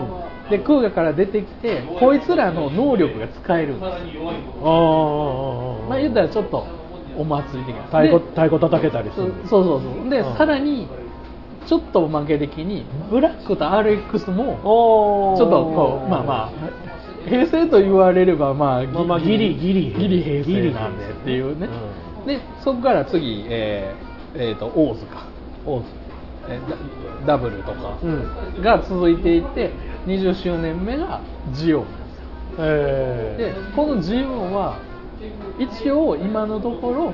S2: でクーガから出てきてこいつらの能力が使えるんですよ
S1: ああああ
S2: まあ言ったらちょっとお祭り的な
S1: 太鼓
S2: で
S1: 太鼓叩けたりす
S2: そ
S1: る
S2: うそうそうそうで、
S1: うん
S2: さらにちょっとおまけ的にブラックと RX もち
S1: お
S2: ょ
S1: ー
S2: っとこうまあまあ平成と言われればまあ
S1: まあまあギリギリ
S2: ギリ平成なんでっていうね、でそこから次えーえーと大塚
S1: うんおう
S2: えーダダブルとか
S1: うん
S2: が続いていって20周年目がジオンなんですよ
S1: え
S2: でこのジオンは一応今のところ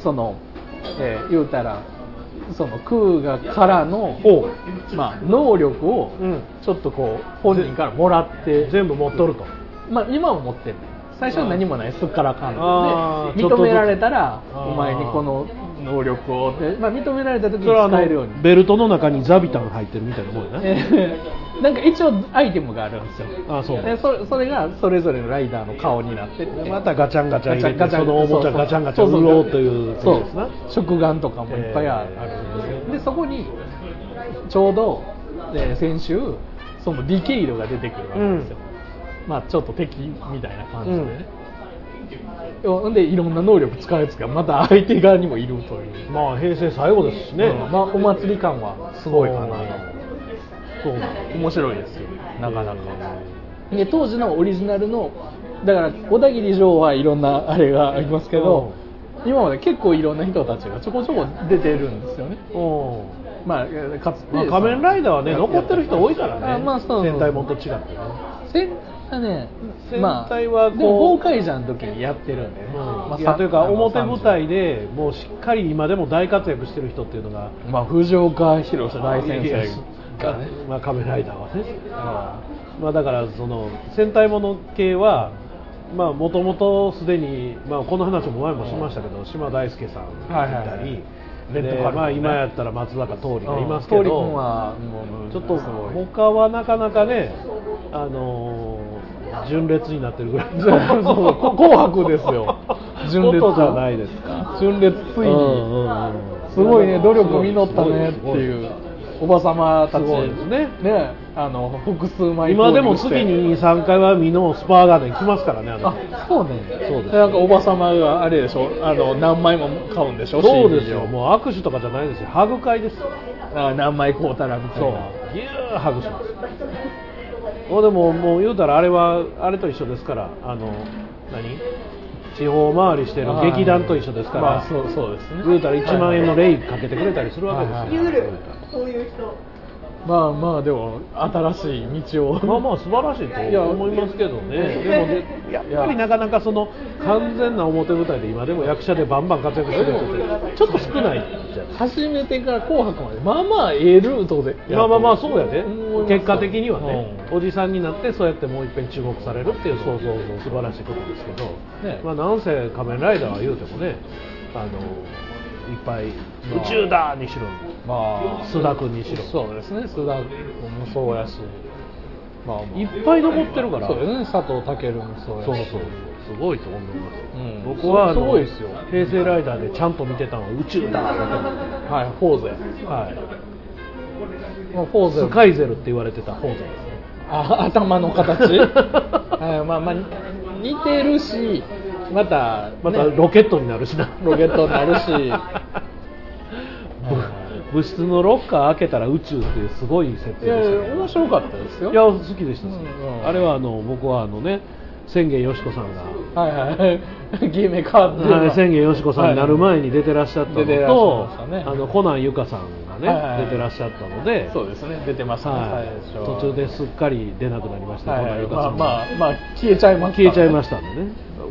S2: その、えー言うたらそのクーガからの
S1: ー、、おう
S2: まあ、能力を
S1: うん
S2: ちょっとこう本人からもらって
S1: で、全部持っとると
S2: まあ、今は持ってる最初は何もないすっからかん
S1: あー
S2: で
S1: ちょっと
S2: 認
S1: ずつ
S2: められたら
S1: あー
S2: お前にこの能力をって、まあ、認められた時に
S1: それはあ
S2: 使えるように
S1: のベルトの中にザビタン入ってるみたいなもんやな、
S2: えーなんか一応アイテムがあるんですよ
S1: あそう
S2: でそれそれがそれぞれのライダーの顔になってて
S1: またガチャンガチャン入れて
S2: ガチャンガチャン
S1: そのおもちゃ
S2: そうそう
S1: ガチャンガチャン
S2: そう
S1: 売
S2: そ
S1: ろうという
S2: そ
S1: ことですな
S2: う食玩とかもいっぱいあ
S1: え
S2: る
S1: ー
S2: あるんですよ、でそこにちょうど、えー先週そのディケイドが出てくるわけですよ、まあちょっと敵みたいな感じでね、ほんでいろんな能力使うやつがまた相手側にもいるという
S1: まあ平成最後ですしね、
S2: うんまあ、お祭り感はすごいかな
S1: うん
S2: そう面白いですよなかなかで当時のオリジナルのだから小田切城はいろんなあれがありますけど、今まで結構いろんな人たちがちょこちょこ出てるんですよね
S1: うん
S2: まあえかつて
S1: まあ仮面ライダーはね
S2: や
S1: 残ってる人多いからね
S2: あまあそう
S1: 戦隊もんと違ってね
S2: 戦だね
S1: 戦
S2: まあ
S1: 隊はこう
S2: でも崩壊者の時にやってるんでね、
S1: ま
S2: まあ
S1: あ、というか
S2: あの
S1: 表舞台でもうしっかり今でも大活躍してる人っていうのが
S2: まあ、藤岡弘大先生が
S1: が
S2: ね、
S1: まあ、仮面ライダーはね、まあ、だからその戦隊もの系はもともとすでに、まあ、この話も前もしましたけど、島大輔さんがいた
S2: はいはいはい
S1: り、
S2: レッドカ
S1: で
S2: ーペットね
S1: まあ、今やったら松坂桃李がいますけ
S2: 通
S1: ど、
S2: り君はもう
S1: ちょっと
S2: すごい
S1: 他はなかなかね、あのー純烈になってるぐらい
S2: そうそうこ紅白です よ純烈
S1: ことじゃないですか
S2: 純烈ついに、
S1: うんうんうん
S2: すごいね努力実ったねっていうおばさまたち
S1: すごいですね
S2: ねあの複数枚
S1: 今でも
S2: 購入して
S1: 月に3回はミノスパーガーデン来ますからねあの
S2: あそうね
S1: そうです
S2: なんかおばさまがあれでしょあの何枚も買うんでしょ
S1: そうですよ
S2: CD を
S1: もう握手とかじゃないですよハグ会ですよ
S2: あ何枚買うたらみたい
S1: そう
S2: な
S1: ギューハグしますもうでももう言うたらあれはあれと一緒ですからあの何地方回りしてる
S2: はい
S1: 劇団と一緒ですから、
S2: まあそうそうですね
S1: 言うたら1万円の
S2: レ
S1: レイかけてくれたりするわけですよ、
S2: はいはいはいまあまあでも新しい道を
S1: まあまあ素晴らしいと思いますけどね、でもねやっぱりなかなかその完全な表舞台で今でも役者でバンバン活躍してる人ってちょっと少ないじゃない
S2: 初めてから「紅白」までまあまあええルートで
S1: まあまあまあそうやで
S2: 思います
S1: 結果的にはね、
S2: うん
S1: おじさんになってそうやってもういっぺん注目されるっていうそうそうそう素晴らしいことですけど、
S2: ね
S1: まあなんせ仮面ライダーは言うてもねあのいっぱい
S2: ま
S1: 宇
S2: あ
S1: 宙だにしろ
S2: まあ
S1: 須田君にしろ
S2: そうですね須田君もそうやしまあまあ
S1: いっぱい残ってるから
S2: そうですね佐藤健もそうやし
S1: そうそうすごいと思いますよ、
S2: うん
S1: 僕はあの
S2: すごいですよ
S1: 平成ライダーでちゃんと見てたのは宇宙だ
S2: はいフォーゼ
S1: はい
S2: もうフォーゼ
S1: スカイゼルって言われてた方ですね
S2: あ頭の 形はいまあまあ似てるしまた、ね、
S1: またロケットになるしな、
S2: ロケットになる し
S1: ぶ部室のロッカー開けたら宇宙っていうすごい設定
S2: い
S1: でした
S2: やい
S1: ね
S2: や面白かったですよ
S1: いや好きでした、好きでした
S2: うんうん
S1: あれはあの僕はあのね千元よしこさんが
S2: はい はい芸名変わってる
S1: はい千元よしこさんになる前に出てらっしゃったの
S2: 出てらっし
S1: と
S2: ゃいました、
S1: あ
S2: ね
S1: のコナンゆかさんがね、
S2: はいはいはい
S1: 出てらっしゃったので
S2: そうですね出てますね、
S1: はい、
S2: 最初
S1: 途中ですっかり出なくなりました、
S2: はい
S1: 小田由香
S2: ま
S1: さ
S2: あ
S1: ん
S2: まあまあ消えちゃいます
S1: 消えちゃいま
S2: し
S1: したんでね、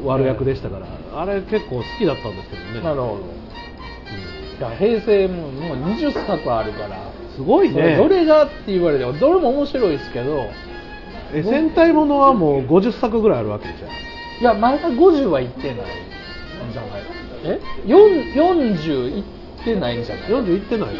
S1: 悪役でしたから、あれ結構好きだったんですけどね、
S2: なるほどいや平成ももう20作あるから
S1: うんすごいね、
S2: どれがって言われてもどれも面白いですけど
S1: え戦隊ものはもう50作ぐらいあるわけじゃん、
S2: いや前が50はいってないんじゃないえ四40いってないんじゃない
S1: 40いってないかね、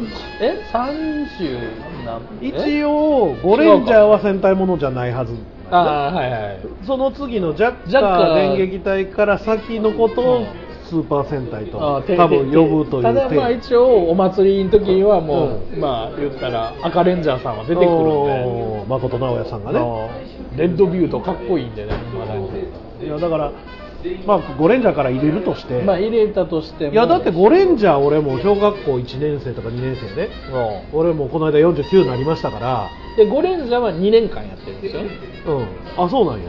S2: 30え三30何
S1: 一応、ゴレンジャーは戦隊ものじゃないはず、
S2: ああはいはい
S1: その次のジャッ
S2: ジャッ
S1: カ
S2: カ
S1: ー
S2: ー
S1: 電撃隊から先のこと
S2: う
S1: を
S2: ん
S1: スーパー戦隊と多
S2: あーて
S1: 分呼ぶという
S2: ただまあ
S1: 体
S2: 一応お祭りの時にはもう、
S1: うん
S2: まあ言ったら赤レンジャーさんは出てくるん
S1: おー誠直也さん
S2: で、
S1: がね。
S2: あのレッドビューとかっこいいんでね、まだ
S1: いやだから、まあ、ゴレンジャーから入れるとして、
S2: まあ入れたとしても
S1: いやだってゴレンジャー、俺も小学校1年生とか2年生で、
S2: うん
S1: 俺もこの間49になりましたから、
S2: でゴレンジャーは2年間やってるんですよ
S1: うん、あそうなんや、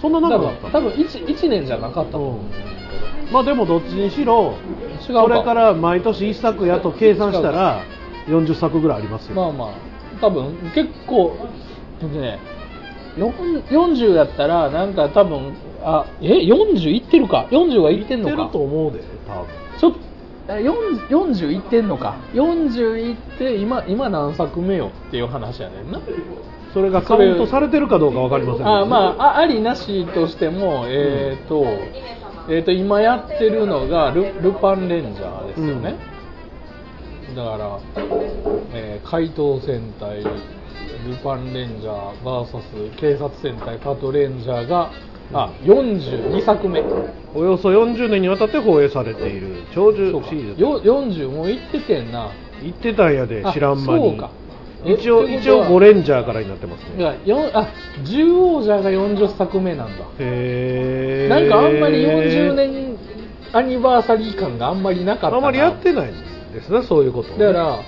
S1: そんな
S2: だか
S1: 長
S2: ら
S1: かった
S2: 多分 1, 1年じゃなかったと思う、
S1: うんまあ、でもどっちにしろ、
S2: 違うか
S1: これから毎年1作やと計算したら、40作ぐらいありますよ、
S2: まあまあ多分結構ねよん40やったらなんか多分あえ40いってるか40はいってんの
S1: いって
S2: か
S1: ると思うで、多分
S2: ちょっとあ40 40いってんのか40いって今今何作目よっていう話やねんな
S1: それがカウントされてるかどうか分かりませんけどね
S2: あまああありなしとしてもえっ、と,、えー、と今やってるのがル「ルパンレンジャー」ですよね、だから、えー怪盗戦隊ルパンレンジャー VS 警察戦隊カトレンジャーがあ42作目
S1: およそ40年にわたって放映されている長寿
S2: そうか
S1: シリーズ
S2: よ40もういっててんな
S1: 言ってたんやで
S2: あ
S1: 知らん間に
S2: そうかえ
S1: 一応
S2: というこ
S1: 一
S2: とは
S1: 応ゴレンジャーからになってます
S2: い
S1: ね
S2: やよあ十王者が40作目なんだ
S1: へえ
S2: なんかあんまり40年アニバーサリー感があんまりなかったな
S1: あんまりやってないんですねそういうこと
S2: だから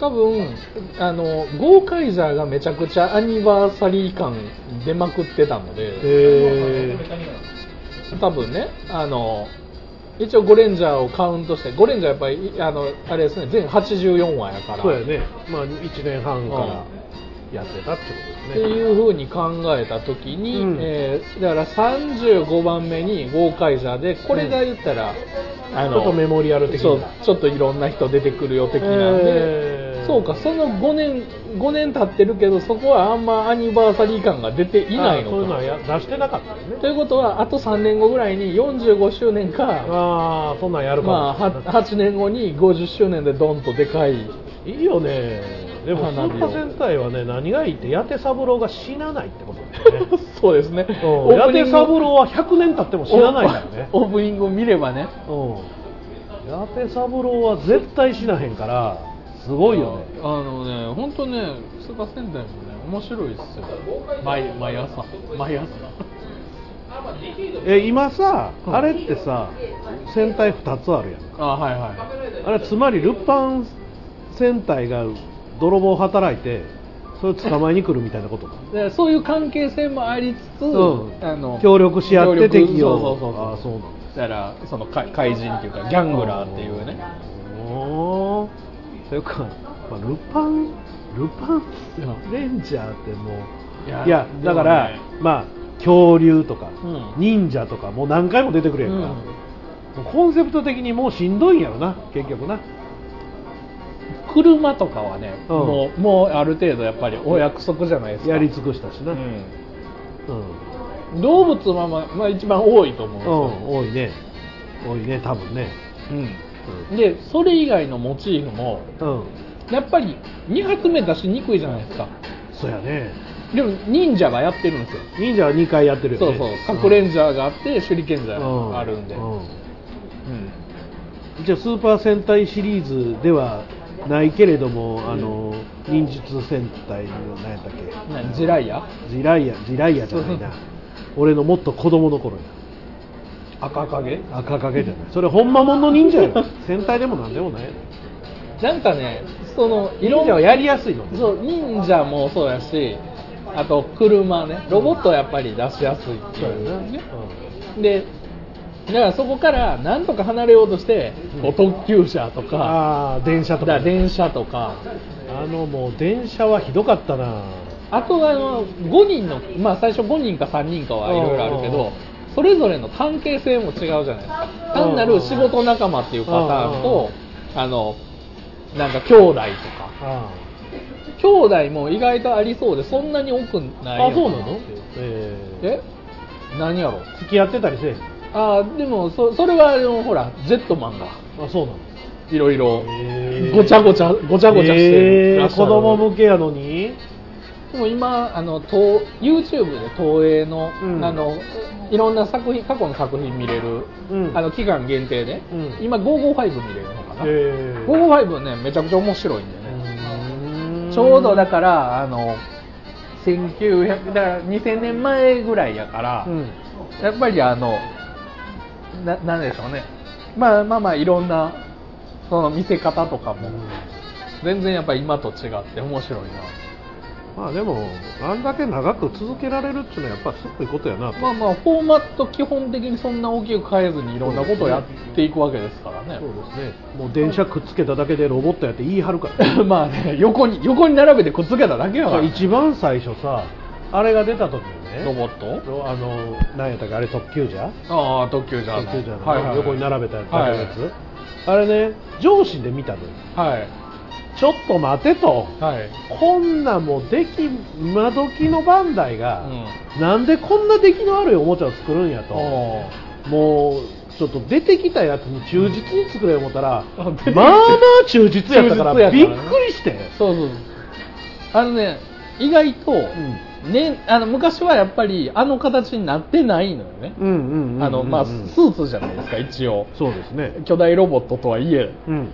S2: 多分あのゴーカイザーがめちゃくちゃアニバーサリー感出まくってたので
S1: へ
S2: 多分ねあの一応ゴレンジャーをカウントしてゴレンジャーやっぱりあのあれですね全84話やか
S1: え
S2: ら
S1: そうやねまあ1年半か
S2: から
S1: やってたってことで
S2: って
S1: すね
S2: いうふうに考えた時に、
S1: うん
S2: えーだから35番目に豪快者でこれが言ったら、あの
S1: ちょっとメモリアル的な
S2: そうちょっといろんな人出てくるよ的なんで、
S1: えー
S2: そうかその5年5年経ってるけどそこはあんまアニバーサリー感が出ていないの
S1: あそういうの
S2: か
S1: はや出してなかったよね
S2: ということはあと3年後ぐらいに45周年か
S1: ああそんなんやるかも
S2: まあ、は8年後に50周年でドンとでかい
S1: いいよねでもス
S2: 花火
S1: ー
S2: を
S1: パー戦隊はね何がいいって八手三郎が死なないってことだよね
S2: そうですね
S1: うん
S2: オー
S1: 八
S2: プニン
S1: 手
S2: グ
S1: 三郎は100年経っても死なないからね
S2: オープニングを見ればね
S1: うん八手三郎は絶対死なへんからすごいよね
S2: あのね本当ねスーパー戦隊もね面白いですよ毎毎朝毎朝
S1: え今さ
S2: うん
S1: あれってさ戦隊2つあるやん
S2: あはいはい
S1: あれつまりルパン戦隊が泥棒働いてそれ捕まえに来るみたいなことか
S2: でそういう関係性もありつつ、
S1: うん
S2: あの
S1: 協力し合って
S2: 協力
S1: 敵を
S2: そうそうそう
S1: あそうなんだ
S2: だからその怪怪人っていうかギャングラーっていうね
S1: おーそれか、まあ、ルパンルパンレンジャーってもう
S2: い
S1: い
S2: や
S1: や
S2: でもね
S1: だから、まあ恐竜とか、
S2: うん
S1: 忍者とかもう何回も出てくるやんか、
S2: うん
S1: もうコンセプト的にもうしんどいんやろな結局な
S2: 車とかはね、
S1: うん
S2: もうもうある程度やっぱりお約束じゃないですか
S1: やり尽くしたしな、
S2: う
S1: うん
S2: ん動物はまあ、まあ、一番多いと思うん
S1: う
S2: で
S1: ん
S2: すよ、
S1: 多いね多いね多分ね
S2: うんでそれ以外のモチーフも
S1: うん、うん、
S2: やっぱり2発目出しにくいじゃないですか
S1: そうやね
S2: でも忍者がやってるんですよ
S1: 忍者は2回やってるよ
S2: そう
S1: ね
S2: そうカクレン
S1: ジ
S2: ジャーがあって手裏剣ジャー
S1: ー
S2: があるんで、うん
S1: じゃあスーパー戦隊シリーズではないけれども、あの忍術戦隊の何やったっけ
S2: なジライア
S1: ジライアジライアじゃないな
S2: そう
S1: 俺のもっと子供の頃や
S2: 赤影
S1: 赤影じゃないそれほんまもんの忍者 や戦隊でもなんでもないや
S2: なんかねそのいろん
S1: 忍者はやりやすいのね
S2: そう忍者もそうやしあと車ねロボットはやっぱり出しやすいっていうねでだからそこからなんとか離れようとして、こう特急車とか
S1: ああー電車
S2: だ
S1: と
S2: か
S1: から
S2: 電車とか
S1: あのもう電車はひどかったな
S2: あとはあの5人の、まあ、最初5人か3人かはいろいろあるけ
S1: う
S2: ど
S1: ん
S2: それぞれの関係性も違うじゃないですか単なる仕事仲間っていうパターンとあのなんか兄弟とか
S1: あ
S2: 兄弟も意外とありそうでそんなに多く
S1: あ
S2: ないよ
S1: あそうなの
S2: え
S1: え
S2: 何やろ
S1: ー付き合ってたりせえへん
S2: あーでもそそれはでもほらジェットマンが
S1: あそうなの
S2: いろいろ
S1: へー
S2: ごちゃごちゃごちゃごちゃして
S1: え
S2: ら
S1: ー
S2: っしゃ
S1: 子
S2: る
S1: 供向けやのに
S2: でも今あのと YouTube で東映の,、
S1: うん
S2: あのいろんな作品過去の作品見れる、
S1: うん
S2: あの期間限定で、
S1: うん
S2: 今555見れるのかな、
S1: え
S2: 555ねめちゃくちゃ面白いんだよね、ちょうどだからあの1900だから2000年前ぐらいやから、
S1: うん
S2: やっぱりあのななんでしょうねまあまあまあいろんなその見せ方とかも、全然やっぱり今と違って面白い
S1: まあでもあんだけ長く続けられるっていうのはやっぱすごいことやな
S2: なまあまあフォーマット基本的にそんな大きく変えずにいろんなことをやっていくわけですからね
S1: そうですねもう電車くっつけただけでロボットやって言い張るから
S2: まあね横に横に並べてくっつけただけやから
S1: 一番最初さあれが出た時にね
S2: ロボット
S1: あの何やったっけあれ特急じゃ
S2: ああ特急じゃん
S1: 特急じゃの
S2: はいはい、
S1: 横に並べたやつ、
S2: はい
S1: あれね上司で見たのよ
S2: はい
S1: ちょっと待てと
S2: はい
S1: こんなもうでき今時のバンダイが、
S2: う
S1: なんでこんな出来のあるおもちゃを作るんやと
S2: お
S1: もうちょっと出てきたやつに忠実に作れ思ったら、
S2: あ出てきた
S1: まあまあ忠実やったから
S2: 忠実やからね
S1: びっくりして、
S2: そうそうそうあのね意外と、ね、あの昔はやっぱりあの形になってないのよね、
S1: うんうんうんうんうん
S2: あのまあ、スーツじゃないですか一応
S1: そうですね
S2: 巨大ロボットとはいえ
S1: うん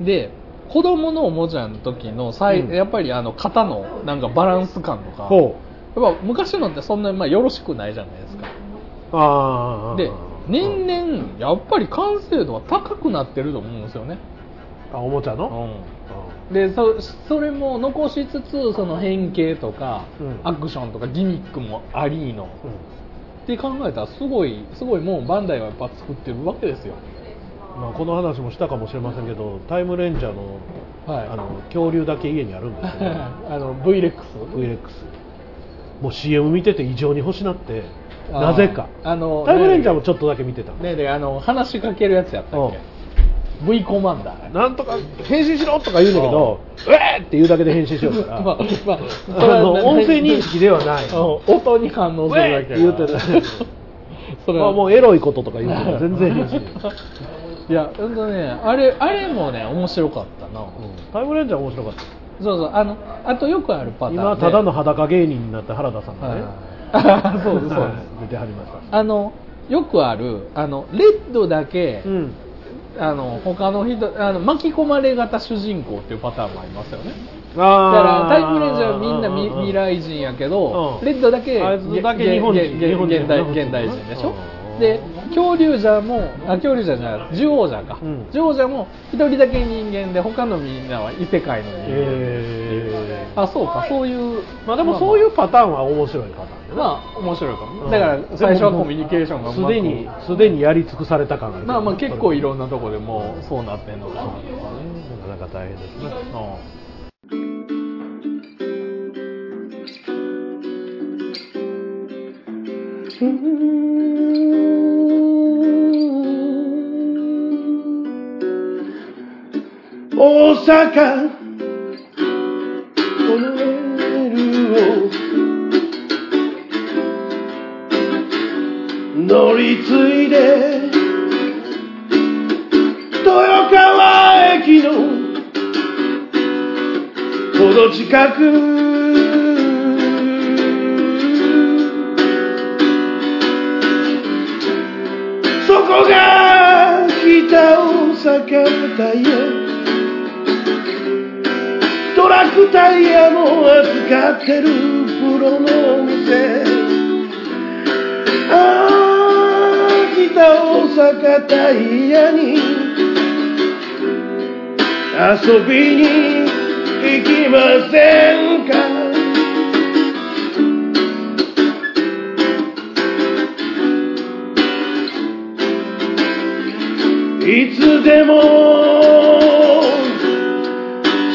S2: で子供のおもちゃの時の最、
S1: うん
S2: やっぱりあの肩のなんかバランス感とか
S1: ほ
S2: やっぱ昔のってそんなまあよろしくないじゃないですか
S1: うああ
S2: で年々やっぱり完成度は高くなってると思うんですよね、
S1: あおもちゃの、
S2: でそそれも残しつつその変形とか、
S1: うん
S2: アクションとかギミックもありの、
S1: うん
S2: って考えたらすごいすごいもうバンダイはやっぱ作ってるわけですよ
S1: まあ、この話もしたかもしれませんけどタイムレンジャーの,、
S2: はい
S1: あの恐竜だけ家にあるんですけど
S2: あの V レックス
S1: VX もう CM 見てて異常に欲しなってなぜか
S2: あの
S1: タイムレンジャーもちょっとだけ見てた、
S2: ねであの話しかけるやつやったっけ V コマンダー
S1: なんとか変身しろとか言うんだけどうえーって言うだけで変身しようから、
S2: まあまあそ
S1: あ
S2: れは
S1: の音声認識ではない
S2: うん音に反応するだけ
S1: ウェーって言うてる
S2: それ
S1: まあ、
S2: は
S1: もうエロいこととか言うけど全然変身
S2: いやほんとねあれあれもね面白かったな、
S1: タイムレンジャー面白かった
S2: そうそうあのあとよくあるパターンで
S1: 今ただの裸芸人になった原田さんがね、
S2: はいそうですそうです
S1: 出てはりました
S2: あのよくあるあのレッドだけ、
S1: うん
S2: あの他の人あの巻き込まれ型主人公っていうパターンもありますよね
S1: だか
S2: だからタイムレンジャーはみんなみ未来人やけど
S1: うん
S2: レッドだけ
S1: あいつだけ日本人
S2: げげ
S1: 日本人
S2: 現代現代人でしょ
S1: うん
S2: で恐竜じゃもあ恐竜じゃじゃない獣王じゃか、
S1: うん
S2: 獣王じゃも一人だけ人間で他のみんなは異世界の人間、
S1: えー
S2: あそうかそういう
S1: まあでもそういうパターンは面白いパターンよね
S2: まあ面白いかも、
S1: うん
S2: だから最初はコミュニケーションがう
S1: す
S2: まく
S1: でにすでにやり尽くされた感がる
S2: まあまあ結構いろ
S1: なん
S2: なとこでもうそうなってんのかな
S1: かなか大変ですね大阪このレールを乗り継いで豊川駅のほど近くそこが北大阪タイヤトラックタイヤも扱ってるプロのお店ああ北大阪タイヤに遊びに行きませんかいつでも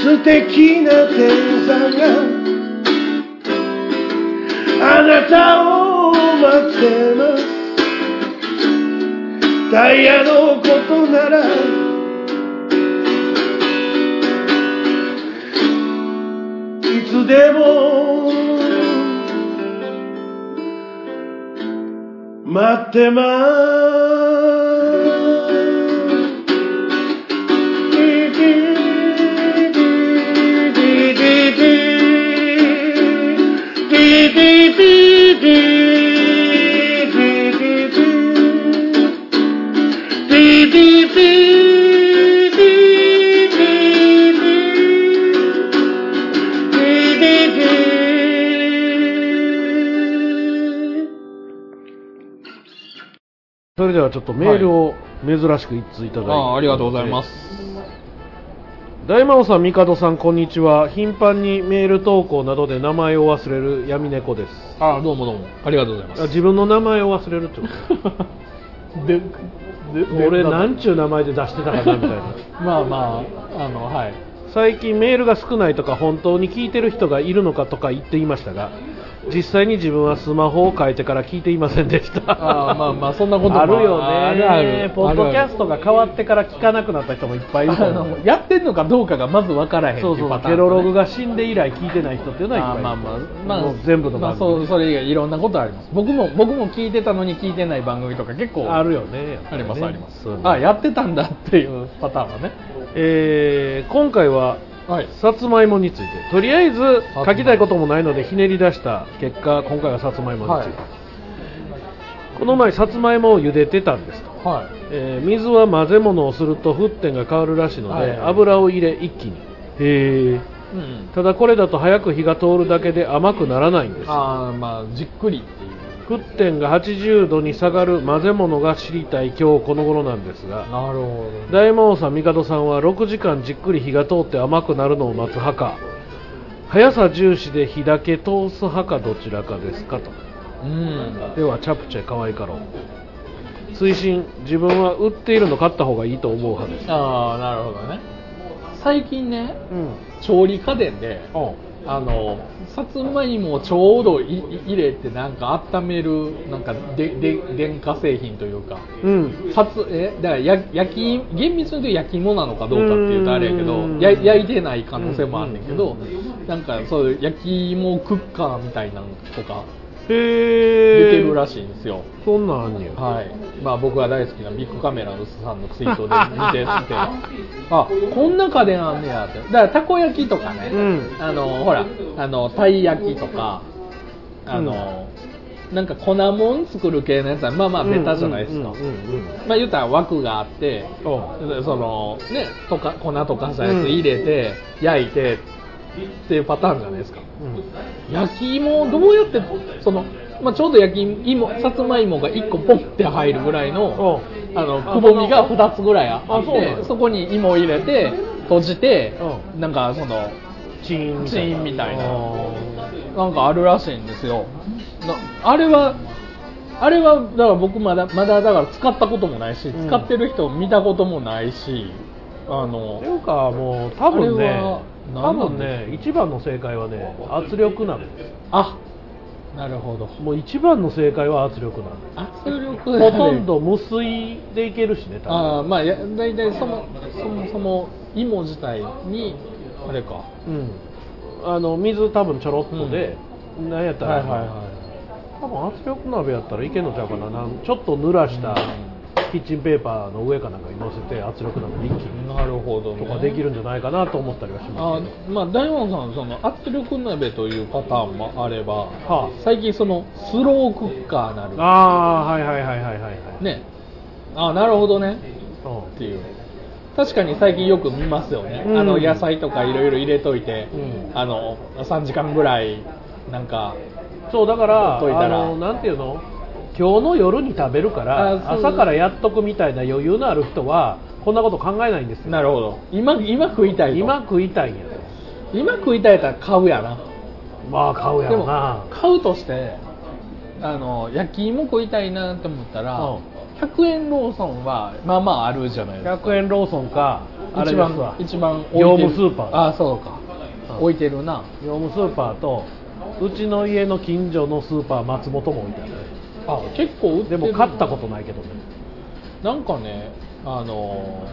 S1: 素敵な天才があなたを待ってますタイヤのことならいつでも待ってますそれではちょっとメールを珍しく一通いただいて、
S2: あありがとうございます
S1: 大魔王さん、帝さん、こんにちは。頻繁にメール投稿などで名前を忘れる闇猫です。
S2: ああどうもどうもありがとうございま
S1: あ
S2: す
S1: 自分の名前を忘れるってこ
S2: で
S1: と俺、なんちゅう名前で出してたかなみたいな。
S2: まあまああのはい
S1: 最近メールが少ないとか本当に聞いてる人がいるのかとか言っていましたが実際に自分はスマホを変えてから聞いていませんでした
S2: あーま あまあそんなことも
S1: あるよね
S2: あるある
S1: ポッドキャストが変わってから聞かなくなった人もいっぱいいると
S2: あ
S1: 思う
S2: のやってんのかどうかがまず分からへんって
S1: そう
S2: い
S1: そうう
S2: パターン、
S1: ケロログが死んで以来聞いてない人っていうの
S2: ま
S1: は
S2: あ
S1: いっ
S2: ま
S1: ぱ
S2: あ
S1: いいる
S2: まあま
S1: も
S2: あ
S1: う全部の
S2: ま
S1: 番
S2: あ
S1: 組、
S2: そうそれ以外いろんなことあります僕も僕も聞いてたのに聞いてない番組とか結構
S1: あるよねやっぱ
S2: あり
S1: ね
S2: ますあります
S1: そういうの
S2: あやってたんだっていうパターンはね
S1: えー今回は
S2: はい
S1: さつまいもについてとりあえず書きたいこともないのでひねり出した結果今回はさつまいもについて、
S2: は
S1: この前さつまいもを茹でてたんですと
S2: はい
S1: えー水は混ぜ物をすると沸点が変わるらしいので、
S2: はいはい
S1: 油を入れ一気にへえ
S2: うんうん
S1: ただこれだと早く火が通るだけで甘くならないんです
S2: ああまあじっくりっていう
S1: 沸点が80度に下がる混ぜ物が知りたい今日この頃なんですが
S2: なるほど
S1: 大魔王さん帝さんは6時間じっくり火が通って甘くなるのを待つ派か速さ重視で火だけ通す派かどちらかですかと
S2: うん
S1: ではチャプチェ可愛いかろう推進自分は売っているの買った方がいいと思う派です
S2: ああなるほどね最近ね
S1: うん
S2: 調理家電であのさつまいもをちょうどいい入れてなんか温めるなんかでで電化製品というか
S1: うん
S2: さつえだからや焼き厳密に言うと焼き芋なのかどうかっていうとあれやけど
S1: うん
S2: や焼いてない可能性もあんねんけど
S1: うん
S2: なんかそういう焼き芋クッカーみたいなのとか
S1: へ
S2: 出
S1: え
S2: てるらしいんですよ、
S1: そんなんあんねや
S2: はいまあ、僕が大好きなビッグカメラのさんのツイートで見て見てあこんな家電あんねやってだからたこ焼きとかね、
S1: うん
S2: あのほらあのたい焼きとかあの、なんか粉もん作る系のやつはまあまあベタじゃないですか、
S1: うんうんうん
S2: まあ言ったら枠があって
S1: う
S2: そのねとか粉とかしたやつ入れて、焼いてっていうパターンじゃないですか
S1: うん
S2: 焼き芋をどうやってその、まあ、ちょうど焼き芋さつまいもが1個ポンって入るぐらいのあのくぼみが2つぐらいあ
S1: あ
S2: っ
S1: そうなの
S2: てそこに芋を入れて閉じてなんかその
S1: チーン
S2: チーンみたいな
S1: あー
S2: なんかあるらしいんですよなあれはあれはだから僕まだまだだから使ったこともないし
S1: うん
S2: 使ってる人見たこともないしあの
S1: っていうかもう多分
S2: あれ
S1: ね
S2: は
S1: 多
S2: 何なん
S1: 分
S2: ですか
S1: ね一番の正解はね圧力なんです
S2: あなるほど
S1: もう一番の正解は圧力なんで
S2: 圧力
S1: すほとんど無水でいけるしね多分
S2: ああまあや大体そもそもそも芋自体にあれか
S1: うんあの水多分ちょろっとで、なんやったら、多分圧力鍋やったらいけんのちゃうかななんちょっと濡らしたキッチンペーパーの上かなんかに乗せて圧力鍋で一気に
S2: なるほど、ね、
S1: とかできるんじゃないかなと思ったりはしま
S2: あ
S1: すけど
S2: まあ大門さんその圧力鍋というパターンもあれば、
S1: はあ
S2: 最近そのスロークッカーなる
S1: ああはいはいはいはいはいはい
S2: ねああなるほどね
S1: うん
S2: っていう確かに最近よく見ますよね、
S1: うん
S2: あの野菜とかいろいろ入れといて、
S1: うん
S2: あの3時間ぐらいなんか
S1: そうだから
S2: 解いたら
S1: あのなんていうの今日の夜に食べるから
S2: あそう
S1: 朝からやっとくみたいな余裕のある人はこんなこと考えないんですよ
S2: なるほど今今食いたいと
S1: 今食いたいんやと
S2: 今食いたいやったら買うやな
S1: まあ買うや
S2: で
S1: ろ
S2: も
S1: な
S2: 買うとしてあの焼き芋食いたいなって思ったら、
S1: うん
S2: 100円ローソンはまあまああるじゃないですか
S1: 100円ローソンかあれで
S2: 一
S1: す
S2: 番
S1: わ
S2: 一番置いてる
S1: 業務スーパー
S2: あそうか、
S1: うん
S2: 置いてるな
S1: 業務スーパーとうちの家の近所のスーパー松本も置いてある
S2: あ結構売って
S1: で
S2: る
S1: も買ったことないけどね
S2: なんかねあの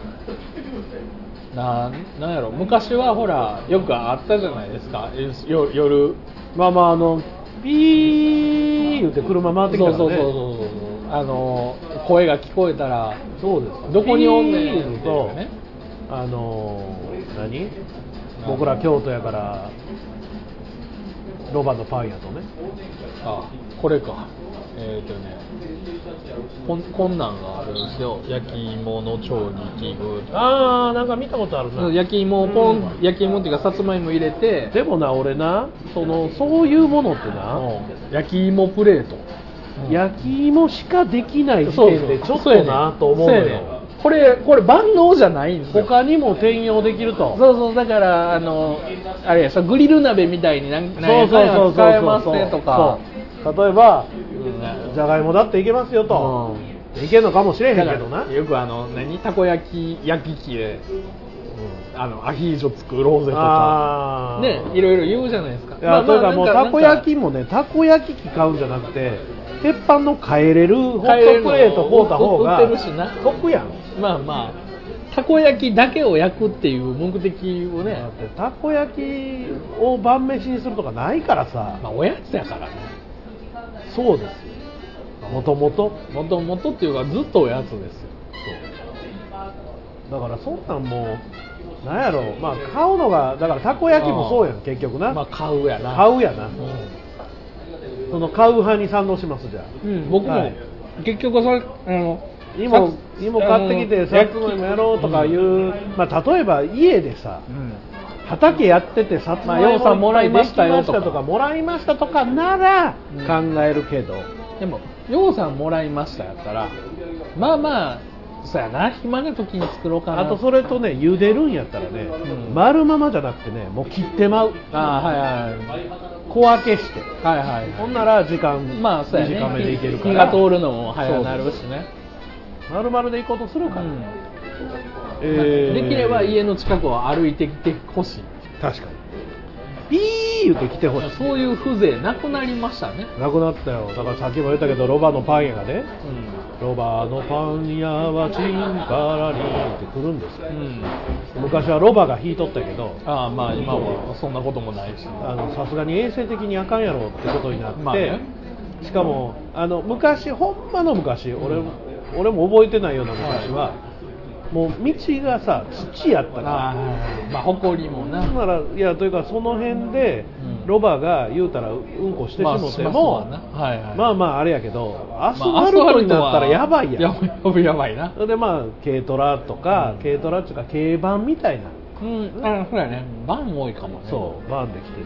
S2: なんなんやろ昔はほらよくあったじゃないですかよ夜
S1: まあまああのピー言って車回ってきたから
S2: そうそう
S1: ね
S2: そうそうそうあの声が聞こえたら
S1: そうです
S2: どこにおんねん
S1: ピー言う
S2: っていう
S1: と
S2: かね
S1: あのー何僕ら京都やからロバのパン屋とね
S2: あこれかえっ、ー、とねこんこんなんがあるんですよ焼き芋の調理器具
S1: ああなんか見たことあるな
S2: 焼き芋をポン、焼き芋っていうかさつまいも入れて
S1: でもな俺なそのそういうものってな、
S2: うん焼き芋プレート、
S1: 焼き芋しかできない時
S2: そう
S1: 点
S2: そう
S1: でちょっ
S2: そうや
S1: と
S2: ね
S1: なと思うの
S2: そうやね
S1: よ
S2: これこれ万能じゃないんですよ
S1: 他にも転用できると
S2: そうそうだからあのあれやそうグリル鍋みたいになんなんやかんや使えますねとか
S1: そう例えば
S2: うん
S1: じゃがいもだっていけますよと、いけんのかもしれへんけどな、
S2: よくあの何たこ焼き焼き器であのアヒージョ作ろうぜとか
S1: ああ
S2: ねいろいろ言うじゃないですか
S1: いや、というかもうたこ焼き
S2: も
S1: もねたこ焼き器買うんじゃなくて鉄板の買えれるホッ
S2: 買えれる
S1: トプレート買うた方が
S2: 売ってるしな
S1: 得やん
S2: まあまあたこ焼きだけを焼くっていう目的をね
S1: だってたこ焼きを晩飯にするとかないからさ、
S2: まあおやつやからね
S1: そうですよもともと
S2: もともとっていうかずっとおやつですよ
S1: だからそんなんもうなんやろまあ買うのがだからたこ焼きもそうや
S2: うんん
S1: 結局な、
S2: まあ買うやな
S1: 買うやな
S2: うん
S1: その買う派に賛同しますじゃあ
S2: うん、僕も、
S1: はい
S2: 結局それあの
S1: 芋芋買ってきてさつまいもやろうとかいう、まあ、例えば家でさ
S2: うん、
S1: 畑やっててさつまい
S2: まあ
S1: も
S2: 洋さんもらいましたよ
S1: できまと
S2: と
S1: か
S2: か
S1: もらいましたとかなら
S2: うん
S1: 考えるけど、
S2: でもようさんもらいましたやったらまあまあそうやな暇な時に作ろうかな
S1: あとそれとね茹でるんやったらね、
S2: うん
S1: 丸ままじゃなくてねもう切ってまう
S2: あーはいはい
S1: 小分けして
S2: はいはい
S1: ほんなら時間
S2: まあそうやね
S1: 短めでいけるから
S2: 火が通るのも早くなるしね
S1: 丸々で行こうとするから、
S2: うん
S1: えー
S2: できれば家の近くを歩いてきてほしい
S1: 確かにいい言うて来てほしい
S2: そういう風情なくなりましたね、
S1: なくなったよだからさっきも言ったけどロバのパン屋がね
S2: うん
S1: ロバのパン屋はチンカラリンって来るんですよ
S2: うん、
S1: 昔はロバが引いとったけど
S2: ああまあ今はそんなこともないし
S1: あのさすがに衛生的にあかんやろってことになって、
S2: まあね
S1: しかもあの昔ほんまの昔俺,、俺も覚えてないような昔は、もう道がさ土やったから
S2: あまあ誇りもな
S1: だからいやというかその辺で、
S2: うん
S1: ロバが言うたらうんこしてし
S2: ま
S1: も
S2: あ
S1: て
S2: します
S1: も、
S2: わなはいはい
S1: まあまああれやけどアスファルトになったらやばいや
S2: まあア
S1: ん
S2: スファルトはやばいやばいな
S1: それでまあ軽トラとか、軽トラっていうか軽バンみたいな
S2: うんあほらねバン多いかもね
S1: そうバーンで来てて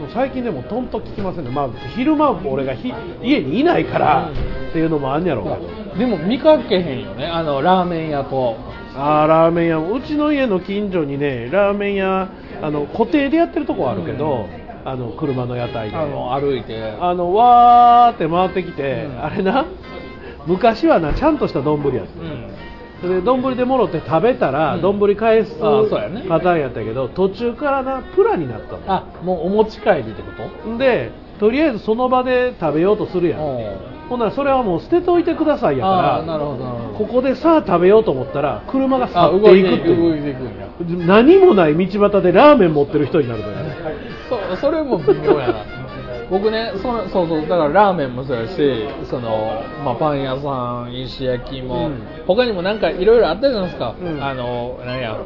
S1: もう最近でもトンと聞きませんね、まあ、昼間も俺がひ家にいないからっていうのもあんやろうけ
S2: でも見かけへんよねあのラーメン屋と
S1: どあーラーメン屋うちの家の近所にねラーメン屋あの固定でやってるとこはあるけど、あの車の屋台で
S2: あの歩いて
S1: あのわーって回ってきて、
S2: うん
S1: あれな昔はなちゃんとした丼やって
S2: うん
S1: それで丼でもろって食べたら
S2: うん
S1: 丼返す
S2: あそうやね
S1: パターンやったけど途中からなプラになったの
S2: あもうお持ち帰りってこと
S1: でとりあえずその場で食べようとするやんほんならそれはもう捨てといてくださいや
S2: ああ
S1: か
S2: ーなるほどなる
S1: ら
S2: ほ
S1: ここ
S2: ど
S1: でさあ食べようと思ったら車が
S2: あ
S1: 去っ
S2: 動
S1: て
S2: い
S1: い
S2: て
S1: くっ
S2: い
S1: て
S2: く
S1: い
S2: 動
S1: う
S2: いていくんや
S1: 何もない道端でラーメン持ってる人になるのよね
S2: そそれも微妙や な僕ねそのそうそうだからラーメンもそうやしその、まあ、パン屋さん石焼きも、
S1: うん
S2: 他にもなんかいろいろあったじゃないですか、
S1: うん
S2: あのなんや、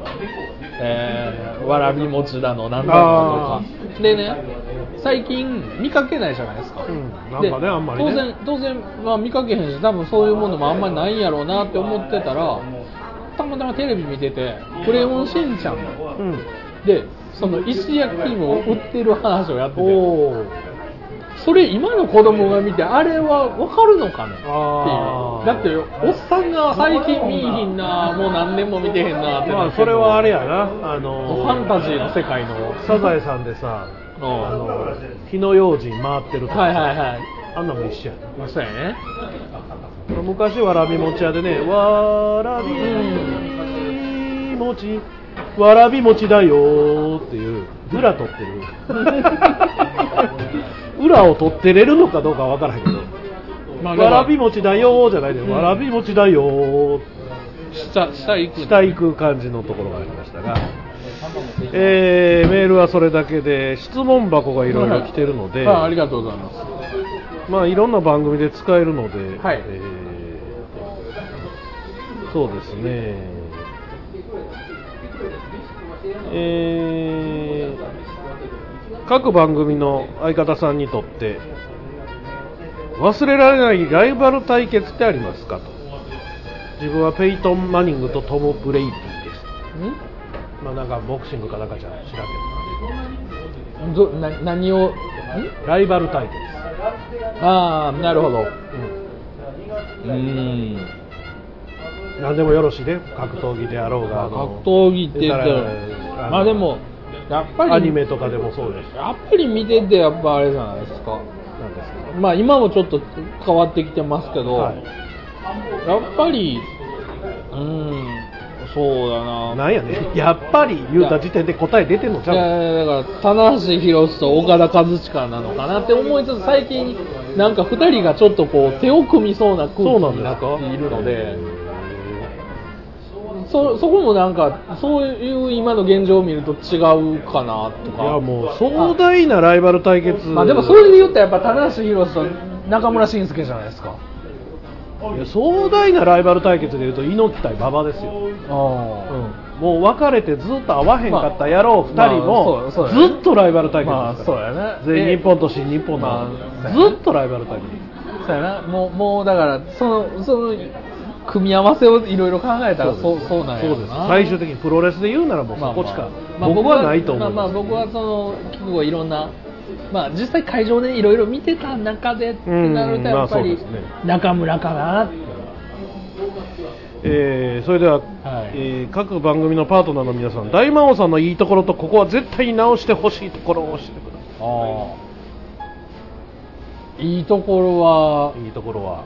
S2: えーわらび餅だのなんだのとかでね最近見かけないじゃないですか、
S1: うんなんか
S2: で
S1: ねあんまりね
S2: 当然当然、まあ、見かけへんし多分そういうものもあんまりないんやろうなって思ってたらたまたまテレビ見てて「クレヨンしんちゃん」の
S1: うん
S2: でその石焼き芋を売ってる話をやってて
S1: おお
S2: それ今の子供が見てあれは分かるのかね
S1: あー
S2: っていうだっておっさんが最近見いひんなもう何年も見てへんなって
S1: まあそれはあれ
S2: や
S1: やなあ
S2: フ
S1: の
S2: ァンタジーの世界の
S1: サザエさんでさ
S2: う
S1: あ
S2: んは
S1: の火の用心回ってる
S2: い
S1: とか
S2: はいはい
S1: あんなもん一緒やな
S2: まあそうやね
S1: 昔わらび餅屋でね「わらび餅わらび餅だよ」っていう裏取 ってる裏を取ってれるのかどうかわからへんけど「
S2: まあ
S1: わ
S2: だから
S1: らび餅だよ」じゃないで「
S2: うん
S1: わらび餅だよ」
S2: 下下行く
S1: 下行く感じのところがありましたが、えーメールはそれだけで質問箱がいろいろ来てるので、
S2: はいあありがとうございます
S1: まあいろんな番組で使えるので、
S2: はい
S1: えーそうですね。えー各番組の相方さんにとって忘れられないライバル対決ってありますかと自分はペイトン・マニングとトム・ブレイディですまあなんかボクシングかなんかじゃ知らんけ
S2: んどな何をん
S1: どライバル対決
S2: ああなるほどうん
S1: 何でもよろしいね格闘技であろうがあの
S2: 格闘技って言った
S1: 言った
S2: ら
S1: ら
S2: まあでもやっぱり
S1: アニメとかでもそうです
S2: やっぱり見ててやっぱあれじゃないですか
S1: なんですけ
S2: まあ今もちょっと変わってきてますけど、
S1: はい
S2: やっぱりうんそうだ
S1: ど
S2: な
S1: なんやねやっぱり言うた時点で答え出てんのち
S2: いや
S1: ゃう
S2: いやだから棚橋宏と岡田和親なのかなって思いつつ最近なんか2人がちょっとこう手を組みそうな空気
S1: そうなんで
S2: に
S1: すか
S2: なっているのでそそこもなんかそういう今の現状を見ると違うかなと
S1: い
S2: か
S1: やもう壮大なライバル対決
S2: まあでもそれで言ったらやっぱ棚橋宏と中村慎介じゃないですか
S1: いや壮大なライバル対決で言うと猪木対馬場ですよ、
S2: あ
S1: もう別れてずっと会わへんかった野郎2
S2: まあ
S1: 人も
S2: まあそうそうやね
S1: ずっとライバル対決
S2: ま
S1: で
S2: あ
S1: す
S2: そう
S1: から
S2: やな
S1: 全日本と新日本
S2: ま
S1: の
S2: あそうやね
S1: ずっとライバル対決
S2: そうやなもうもうだからそのその組み合わせをいろいろ考えたらそうそうなんや
S1: そ
S2: ろ
S1: うです
S2: な
S1: 最終的にプロレスで言うならもうそこしか、
S2: まあまあ
S1: 僕はないと思う、
S2: まあ、まあ僕はその結構いろんなまあ実際会場でいろいろ見てた中でってなるとやっぱ
S1: うんま
S2: り
S1: あそうですね
S2: 中村かな
S1: えーそれでは、
S2: はい
S1: えー各番組のパートナーの皆さん大魔王さんのいいところとここは絶対に直してほしいところを教えてくださ
S2: ああいいところはい
S1: いいところは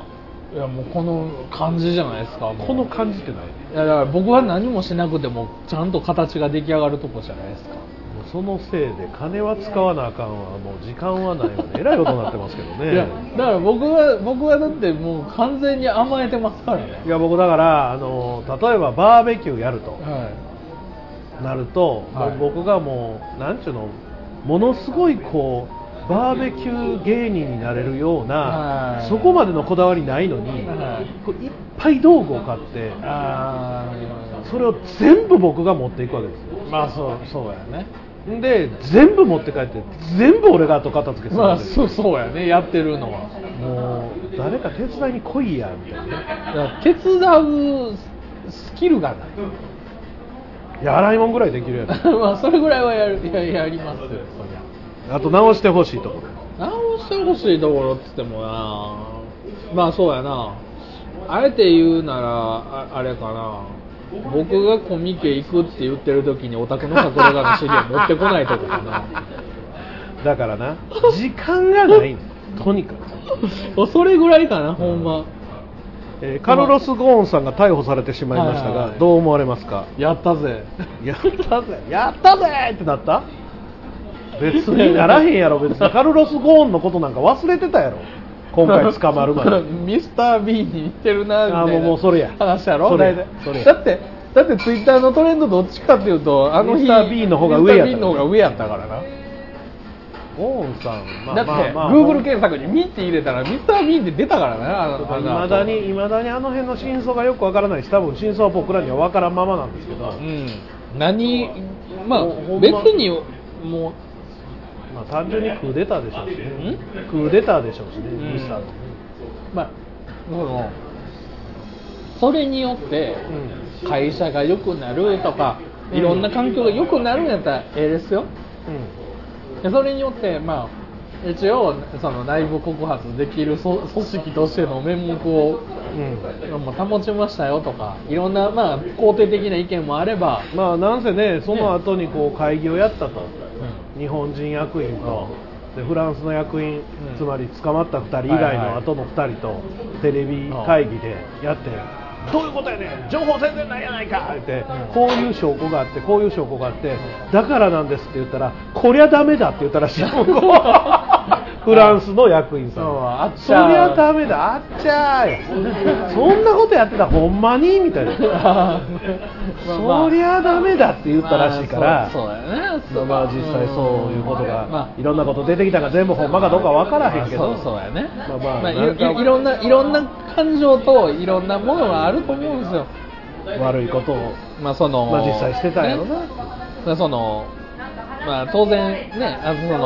S2: いやもうこの感じじゃないですかもう
S1: この感じってないね
S2: いやだから僕は何もしなくてもちゃんと形が出来上がるとこじゃないですか
S1: もうそのせいで金は使わなあかんわもう時間はないわねえらいことになってますけどね
S2: いやだから僕は僕はだってもう完全に甘えてますからね
S1: いや僕だからあの例えばバーベキューやると
S2: は
S1: なると、
S2: はい
S1: もう僕がもうなんちゅうのものすごいこうバーベキュー芸人になれるような、
S2: はい
S1: そこまでのこだわりないのに、
S2: はい
S1: こういっぱい道具を買って
S2: いあ
S1: それを全部僕が持っていくわけです
S2: まあそうそうやね
S1: よで全部持って帰って全部俺が後片付けする
S2: ま
S1: わ
S2: あ
S1: けです
S2: そ
S1: よ
S2: うそうやねやってるのは
S1: もう誰か手伝いに来いやみたいな
S2: だから手伝うスキルがない
S1: いや洗い物ぐらいできるやろ
S2: まあそれぐらいはやるややりますよそりゃ
S1: あと直してほしいとこ
S2: 直してほしいところっつってもなまあそうやなあえて言うならああれかな僕がコミケ行くって言ってる時にお宅の桜川の CD は持ってこないとこか な
S1: だからな時間が ないのとにかく
S2: それぐらいかなほんま
S1: えーカルロス・ゴーンさんが逮捕されてしまいました
S2: はいはい
S1: が
S2: はい
S1: どう思われますか
S2: やったぜ
S1: やったぜ やったぜってなった別にならへんやろ別に カルロス・ゴーンのことなんか忘れてたやろ今回捕まる まで
S2: ミスター・ビーに似てるなみたいな
S1: あもうもうそれや
S2: 話やろ
S1: それや
S2: 大
S1: それ
S2: 体
S1: や
S2: だってだってツイッターのトレンドどっちかっていうとあの日
S1: ミスター・ビーンの方が上やった
S2: ミスター・ビーンの方が上やったからな
S1: ゴーンさん
S2: だって、Google 検索にミって入れたら、ミスター・ビーンって出たからね、あの
S1: いまだに、いまだにあの辺の真相がよくわからないし多分真相は僕らにはわからんままなんですけど、
S2: うん、何、まあ
S1: ほん、ま
S2: 別に、も
S1: まあ、単純にクーデターでしょうしね
S2: ん
S1: クーデターでしょうしね、
S2: うん
S1: ミスターのね
S2: う、まあ、そのそれによって、会社が良くなるとか、いろんな環境が良くなるんやったら、ええですよ。でそれによって、まあ、一応、その内部告発できるそ組織としての面目を
S1: うんうん
S2: まあ保ちましたよとか、いろんな、まあ、肯定的な意見もあれば、
S1: まあなんせねその後にこう会議をやったと、
S2: う
S1: 日本人役員と、でフランスの役員、
S2: うん
S1: つまり捕まった2人以外
S2: はいは
S1: の
S2: い
S1: 後の2人とテレビ会議でやって、どういうことやねん情報戦然ないやないかって、こういう証拠があってこういう証拠があってだからなんですって言ったらこりゃダメだって言ったら しいフランスの役員さん
S2: そうあっち
S1: そ
S2: ゃー
S1: りゃダメだあっちゃーいそんなことやってたらほんまにみたい なそりゃダメだって言ったらしいから、
S2: まあ、そうそうだよね
S1: まあ実際そういうこと
S2: ん
S1: が
S2: まあ
S1: いろんなこと出てきたが全部ほんまかどうかわからへんけ
S2: まあ
S1: ど
S2: そうそうやね
S1: まあまあ
S2: まあい
S1: なんか
S2: いいろんないろんな感情といろんなものがあると思うんですよ
S1: 悪いことを
S2: まあその
S1: まあ実際してたんやろな
S2: ねまあそのまあ当然ねあのそ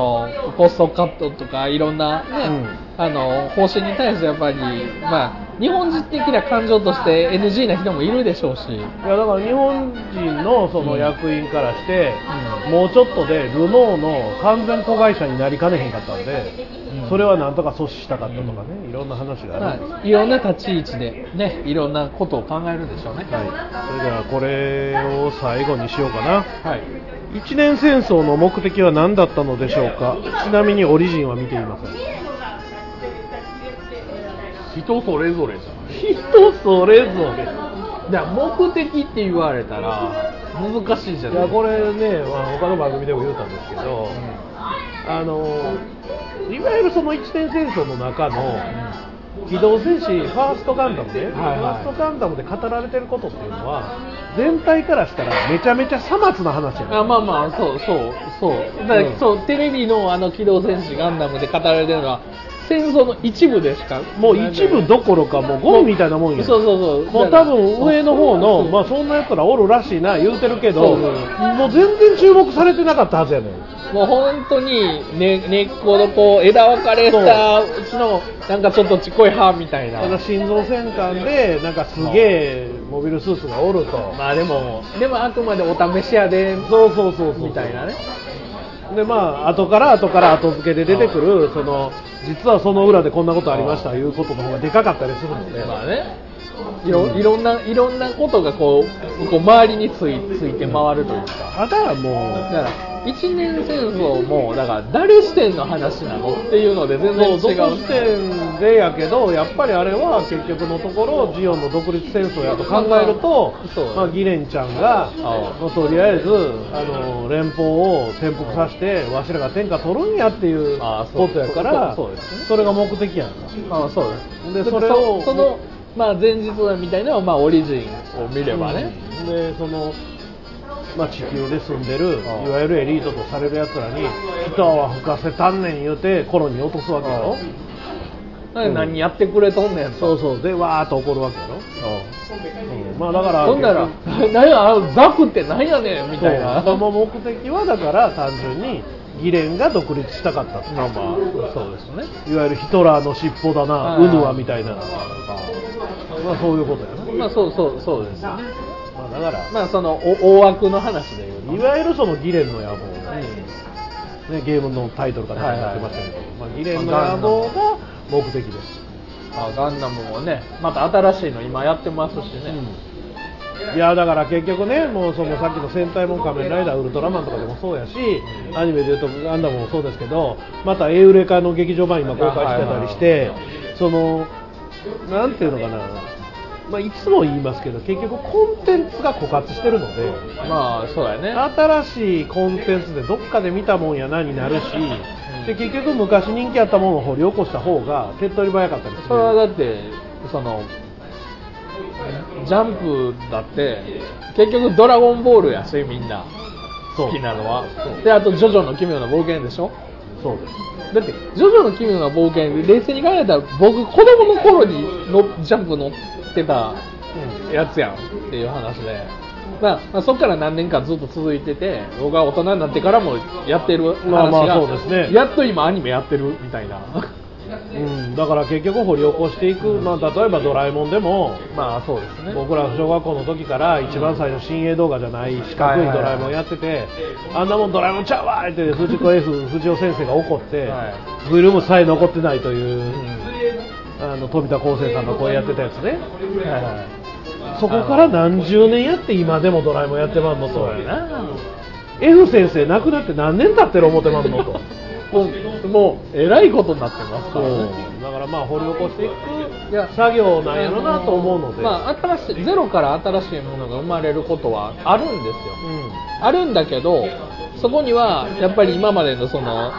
S2: のコストカットとかいろんなね、あの方針に対してやっぱりまあ日本人的な感情として NG な人もいるでしょうし
S1: いやだから日本人のその役員からして、もうちょっとでルノーの完全子会社になりかねへんかったんで、
S2: うん
S1: それはなんとか阻止したかったとかね、いろんな話があるんです
S2: まあ、いろんな立ち位置でねいろんなことを考えるでしょう
S1: は
S2: ね
S1: い、それではこれを最後にしようかな
S2: はい、
S1: 一年戦争の目的は何だったのでしょうかちなみにオリジンは見ていませ ん
S2: 人それぞれじゃ
S1: 人それぞれ
S2: だから目的って言われたら難しいじゃ
S1: い
S2: な
S1: や
S2: い
S1: これね、まあ、他の番組でも言うたんですけど、あのいわゆるその一年戦争の中の機動戦士ファーストガンダムね、
S2: はいはい
S1: ファーストガンダムで語られてることっていうのは全体からしたらめちゃめちゃさまつな話やね
S2: あまあまあそうそうそうだから、
S1: うん
S2: そうテレビのあの「機動戦士ガンダム」で語られてるのは戦争の一部でしか
S1: もう一部どころかもうゴムみたいなもんや
S2: そうそうそう
S1: もう多分上の方の、まあ、
S2: そ
S1: そんなやつらおるらしいな言うてるけ
S2: そ
S1: ど
S2: うそう
S1: もう全然注目されてなかったはずやねん
S2: うもう本当に根、ね、根っこのこう枝分かれしたうちのなんかちょっとちっこい歯みたいな
S1: ただ心臓戦艦でなんかすげえモビルスーツがおると、
S2: まあでもでもあくまでお試しやで
S1: そうそうそうそう
S2: みたいなね
S1: でまあ後から後から後付けで出てくるその実はその裏でこんなことありましたいうことの方がでかかったりするので、
S2: まあね、いろいろんないろんなことがこうこう周りについついて回るというか、
S1: あとはも
S2: だ
S1: う
S2: から一年戦争もだから誰視点の話なのっていうので全然違
S1: も
S2: う
S1: うどこ視点でやけどやっぱりあれは結局のところジオンの独立戦争やと考えると
S2: そう、
S1: まあ、ギレンちゃんが
S2: あ
S1: まあとりあえずあの連邦を転覆させてわしらが天下取るんやっていう
S2: あそう
S1: ことやから
S2: そうそうですね
S1: それが目的やんか
S2: あそうです
S1: でそれを
S2: そその、まあ、前日みたいなのはまあオリジンを見ればね、
S1: うんでその、まあ、地球で住んでる
S2: ああ
S1: いわゆるエリートとされるやつらに人は吹かせたんねん言うてコロに落とすわけやろ
S2: なんで何やってくれとんねんと、
S1: そうそうでわーっと怒るわけやろ、うんまあだから
S2: ほんなら「何やあのザクって何やねん」みたいな
S1: そうその目的はだから単純にギレンが独立したかったっていう
S2: まあまあそうですね
S1: いわゆるヒトラーの尻尾だな、
S2: うん
S1: ウヌアみたいな、まあ、そういうことやな、
S2: まあそうそうそうですね
S1: まあ、だから、
S2: まあそのお大枠の話で言うと
S1: いわゆるそのギレンの野望、ね、ゲームのタイトルから
S2: はい
S1: や
S2: は
S1: っ
S2: い
S1: てましたけど、まあ、ギレンの野望が目的です、
S2: まあ、ガンダムもねまた新しいの今やってますしね、
S1: いやだから結局ね、もうそのさっきの戦隊もん仮面ライダー、ウルトラマンとかでもそうやし、アニメでいうとガンダムもそうですけど、またエウレカの劇場版、今公開してたりして、その、なんていうのかな、まあ、いつも言いますけど、結局コンテンツが枯渇してるので、
S2: まあそうやね
S1: 新しいコンテンツでどっかで見たもんやなになるし、で結局昔人気あったものを掘り起こした方が手っ取り早かったりする。
S2: それはだってそのジャンプだって結局「ドラゴンボール」やしみんな
S1: そう
S2: 好きなのはであと「ジョジョの奇妙な冒険」でしょ
S1: そうです
S2: だって「ジョジョの奇妙な冒険」冷静に考えたら僕子供の頃にのジャンプ乗ってたやつやんっていう話で、まあまあ、そっから何年間ずっと続いてて僕は大人になってからもやってる話が、
S1: まあまあそうですね
S2: やっと今アニメやってるみたいな
S1: うん、だから結局掘り起こしていく、まあ、例えば「ドラえもん」でも、
S2: まあそうですね
S1: 僕ら小学校の時から一番最初新鋭動画じゃない四角いドラえもんやっててあんなもんドラえもんちゃうわーって藤子 F 不二雄先生が怒って
S2: はい
S1: フィルムさえ残ってないというあの富田康生さんがこうやってたやつね
S2: はいはい
S1: そこから何十年やって今でもドラえもんやってまんのと
S2: そうやな
S1: F 先生亡くなって何年経ってる思ってまんの と。
S2: もうもう えらいことになってますからね
S1: だからまあ掘り起こしてい
S2: いや
S1: く作業なんやろなと思うので、
S2: まあ、新しいゼロから新しいものが生まれることはあるんですよ、あるんだけどそこにはやっぱり今までのその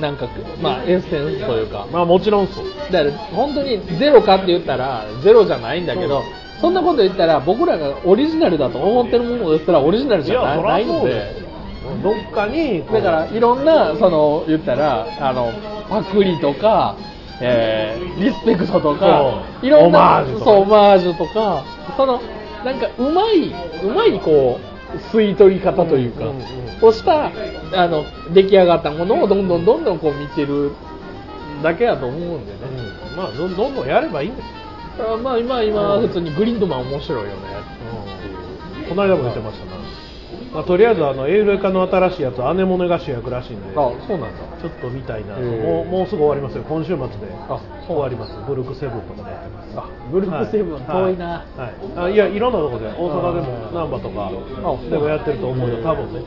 S2: なんか、まあ、エッセンスというか
S1: まあもちろんそう
S2: だから本当にゼロかって言ったらゼロじゃないんだけどそんなこと言ったら僕らがオリジナルだと思ってるものですらオリジナルじゃないないので
S1: どっかにこう
S2: だからいろんなその言ったらあのパクリとか、えーリスペクトとか
S1: そう
S2: いろん
S1: オマ
S2: な
S1: ージュとか
S2: そうオマージュとかそのなんかうまいうまいこう吸い取り方というか、
S1: うんうん
S2: をしたあの出来上がったものをどんどんどんどんこう見てるだけだと思うんでね、
S1: うんまあどんどんどんやればいいんですよ、
S2: あまあ今今普通にグリンドマン面白いよね
S1: この間も出てましたな、まあ、とりあえずあのエウレカの新しいやつアネモネが主役らしいんでちょ
S2: そうなんだ
S1: っと見たいな
S2: へ
S1: と
S2: ー
S1: もうもうすぐ終わりますよ今週末で
S2: あ
S1: 終わりますブルクセブンとかでやってます
S2: あブルーセブン遠い
S1: は
S2: な、
S1: いはいあいやいろんなとこで大阪でも難波とかでもやってると思うよ多分ね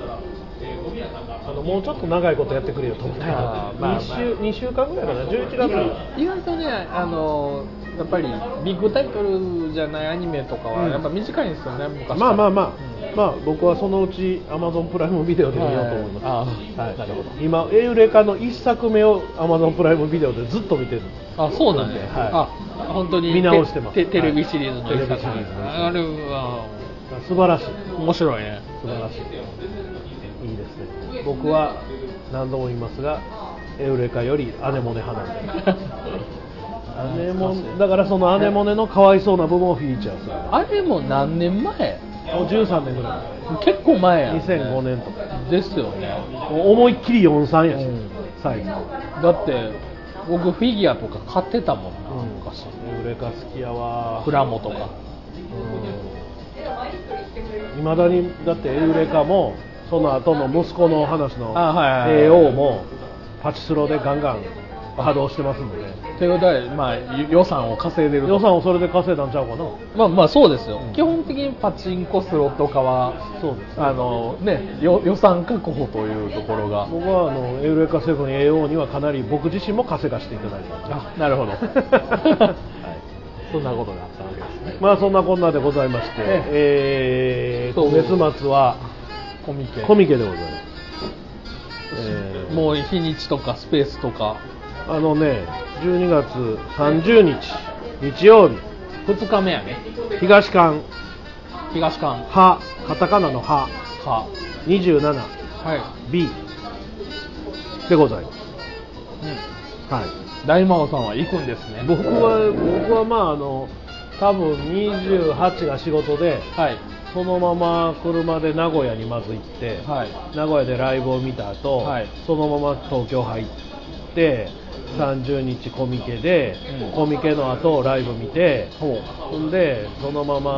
S1: あのもうちょっと長いことやってくれよと思って、
S2: あーまあまあ
S1: 2週二週間ぐらいかな11月
S2: 意外とねあのやっぱりビッグタイトルじゃないアニメとかは
S1: うん
S2: やっぱ短いんですよね、昔から
S1: まあまあまあ、まあ僕はそのうち Amazon プライムビデオで見ようと思います、
S2: はいあーなるほ
S1: 今エウレカの1作目を Amazon プライムビデオでずっと見てるんです
S2: あそうなんで、
S1: はい
S2: あ本当に
S1: 見直してます
S2: テテレビシリーズというか、
S1: はいテレビシリーズです
S2: あれは
S1: 素晴らしい
S2: 面白いね
S1: 素晴らしいいいですね僕は何度も言いますがエウレカよりアネモネ派なんで アネモネだからそのアネモネのかわいそうな部分をフィーチャーする
S2: あれも何年前
S1: もう13年ぐら
S2: 結構前
S1: い
S2: や、ね、
S1: 2005年とか
S2: ですよね
S1: もう思いっきり43やし、
S2: うん
S1: 最後
S2: だって僕フィギュアとか買ってたもんな、
S1: うん
S2: 昔
S1: エウレカ好きやわ
S2: プラモとか
S1: いまだにだってエウレカもその後の息子の話の
S2: あはいはいはい
S1: AO もパチスロでガンガン稼働してますので
S2: ということは、まあ、ゆ予算を稼いでると
S1: 予算をそれで稼いだんちゃうかな
S2: まあまあそうですよ、
S1: うん
S2: 基本的にパチンコスロット化は
S1: そうです
S2: あの、ね、よ予算確保というところが
S1: 僕はあのエウレカセブン AO にはかなり僕自身も稼がしていただいてます
S2: あなるほど
S1: はい
S2: そんなことがあったわけですね
S1: まあそんなこんなでございまして、
S2: え
S1: えー
S2: そう
S1: 今月末は
S2: コミケ
S1: コミケでございます、えー
S2: もう日にちとかスペースとか
S1: あのね12月30日日曜日
S2: 2日目やね
S1: 東館
S2: 東館
S1: はカタカナのは
S2: か
S1: 27B
S2: はい、
S1: でございます
S2: う
S1: はい
S2: ん、大魔王さんは行くんですね
S1: 僕は僕はまああの多分28が仕事で
S2: はい
S1: そのまま車で名古屋にまず行って、
S2: はい
S1: 名古屋でライブを見た後、
S2: はい
S1: そのまま東京入って30日コミケで、
S2: うん
S1: コミケの後ライブ見て
S2: ほ
S1: ほんでそのまま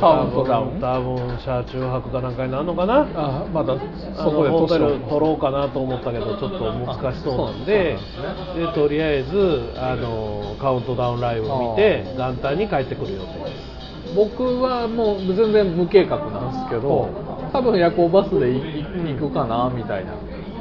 S2: カウントダウン
S1: 多分車中泊かなんかになるのかな
S2: あまだ
S1: あ
S2: そこで
S1: のホテ
S2: 年を
S1: ル取ろうかなと思ったけどちょっと難しそうなんで
S2: あそうなん
S1: でとりあえずあのカウントダウンライブを見て元旦に帰ってくる予定です
S2: 僕はもう全然無計画なんですけど多分夜行バスでいい行くかなみたいな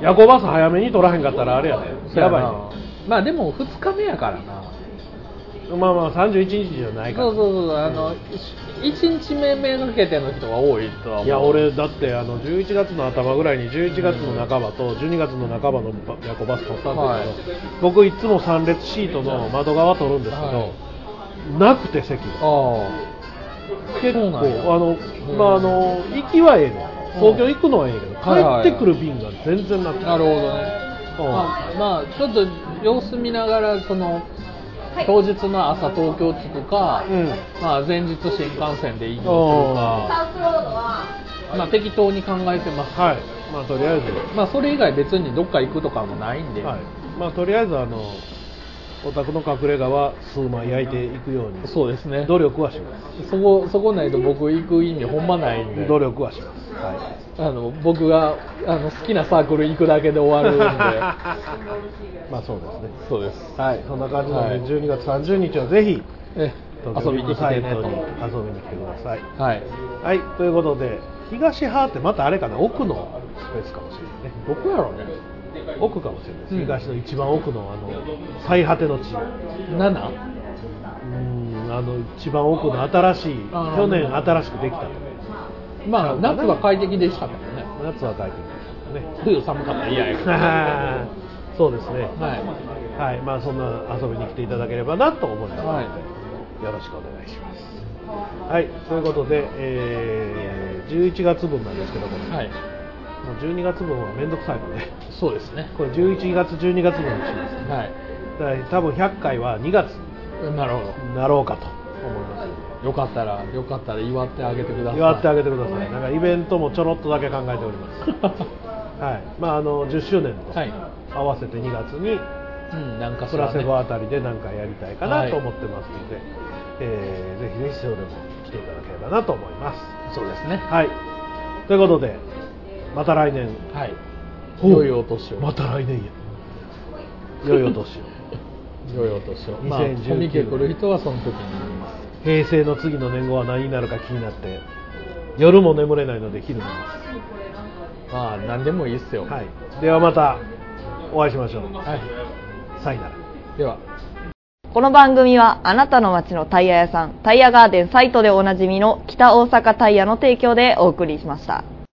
S1: 夜行バス早めに取らへんかったらあれやでやばいね
S2: いまあでも2日目やからな
S1: まあまあ31日じゃないから
S2: そうそうそうあの1日目めがけての人が多いとは思うい
S1: いや俺だってあの11月の頭ぐらいに11月の半ばと12月の半ばのば夜行バス取ったんですけど、僕いつも3列シートの窓側取るんですけど、
S2: はい
S1: なくて席が
S2: あ
S1: 結構
S2: そうなんや
S1: あの、
S2: うん
S1: まああの行きはええねん東京行くのはええ
S2: はいはい
S1: けど帰ってくる便が全然なく
S2: あ
S1: て、
S2: なるほどね
S1: うん
S2: まあ、まあちょっと様子見ながらその当日の朝東京着くか、
S1: うん
S2: まあ、前日新幹線で移動する
S1: あ
S2: か、まあ、適当に考えてます、
S1: はいまあとりあえず、
S2: まあ、それ以外別にどっか行くとかもないんで、
S1: はいまあとりあえずあのお宅の隠れ家は数枚焼いていくように
S2: そうですね
S1: 努力はします
S2: そこそこないと僕行く意味ほんまないんで
S1: 努力はします、はい
S2: あの僕があの好きなサークル行くだけで終わるんで
S1: まあそうですね
S2: そうです
S1: はいそんな感じなので、
S2: はい
S1: 12月30日はぜひ
S2: え
S1: 東京
S2: 遊びに来て
S1: ビ
S2: ね
S1: ッグサイト
S2: と
S1: に遊びに来てください
S2: はい
S1: はいということで東派ってまたあれかな奥のスペースかもしれないね
S2: どこやろうね
S1: 奥かもしれないです、
S2: うん
S1: 東の一番奥のあの最果ての地う
S2: 7?
S1: んあの一番奥の新しい
S2: あー
S1: 去年新しくできたと
S2: まあ夏は快適でしたからね
S1: 夏は帰ってきまし
S2: 冬寒かったら嫌 やけど
S1: たね
S2: は
S1: そうですね
S2: いはい
S1: はいまあそんな遊びに来ていただければなと思います、よろしくお願いしますはいということで、えー11月分なんですけども,、
S2: はい
S1: もう12月分は面倒くさいので、ね、
S2: そうですね
S1: これ11月12月分にします
S2: はい
S1: だから多分100回は2月
S2: なるほ
S1: になろうかと思います
S2: どよかったらよかったら祝ってあげてください
S1: 祝ってあげ
S2: げ
S1: てください、なんかイベントもちょろっとだけ考えております、はいまあ、あの10周年と
S2: はい
S1: 合わせて2月に
S2: うんなんか
S1: プ
S2: そ
S1: ラ
S2: ら
S1: セ
S2: ね
S1: ボあたりで何かやりたいか
S2: は
S1: ないと思ってますので、えーぜひぜひそれでも来ていただければなと思います。
S2: そうですね
S1: はい、ということでまた来年
S2: はい
S1: ほう
S2: 良いお年を
S1: また来年や良いお年を
S2: 良いお年をまあ
S1: 2019
S2: コミケ来る人はその時に言います
S1: 平成の次の年号は何になるか気になって夜も眠れないので昼寝ます。
S2: まあ何でもいいっすよ
S1: はい、ではまたお会いしましょう。
S2: はい
S1: さよなら。
S2: では
S4: この番組はあなたの街のタイヤ屋さんタイヤガーデンサイトでおなじみの北大阪タイヤの提供でお送りしました。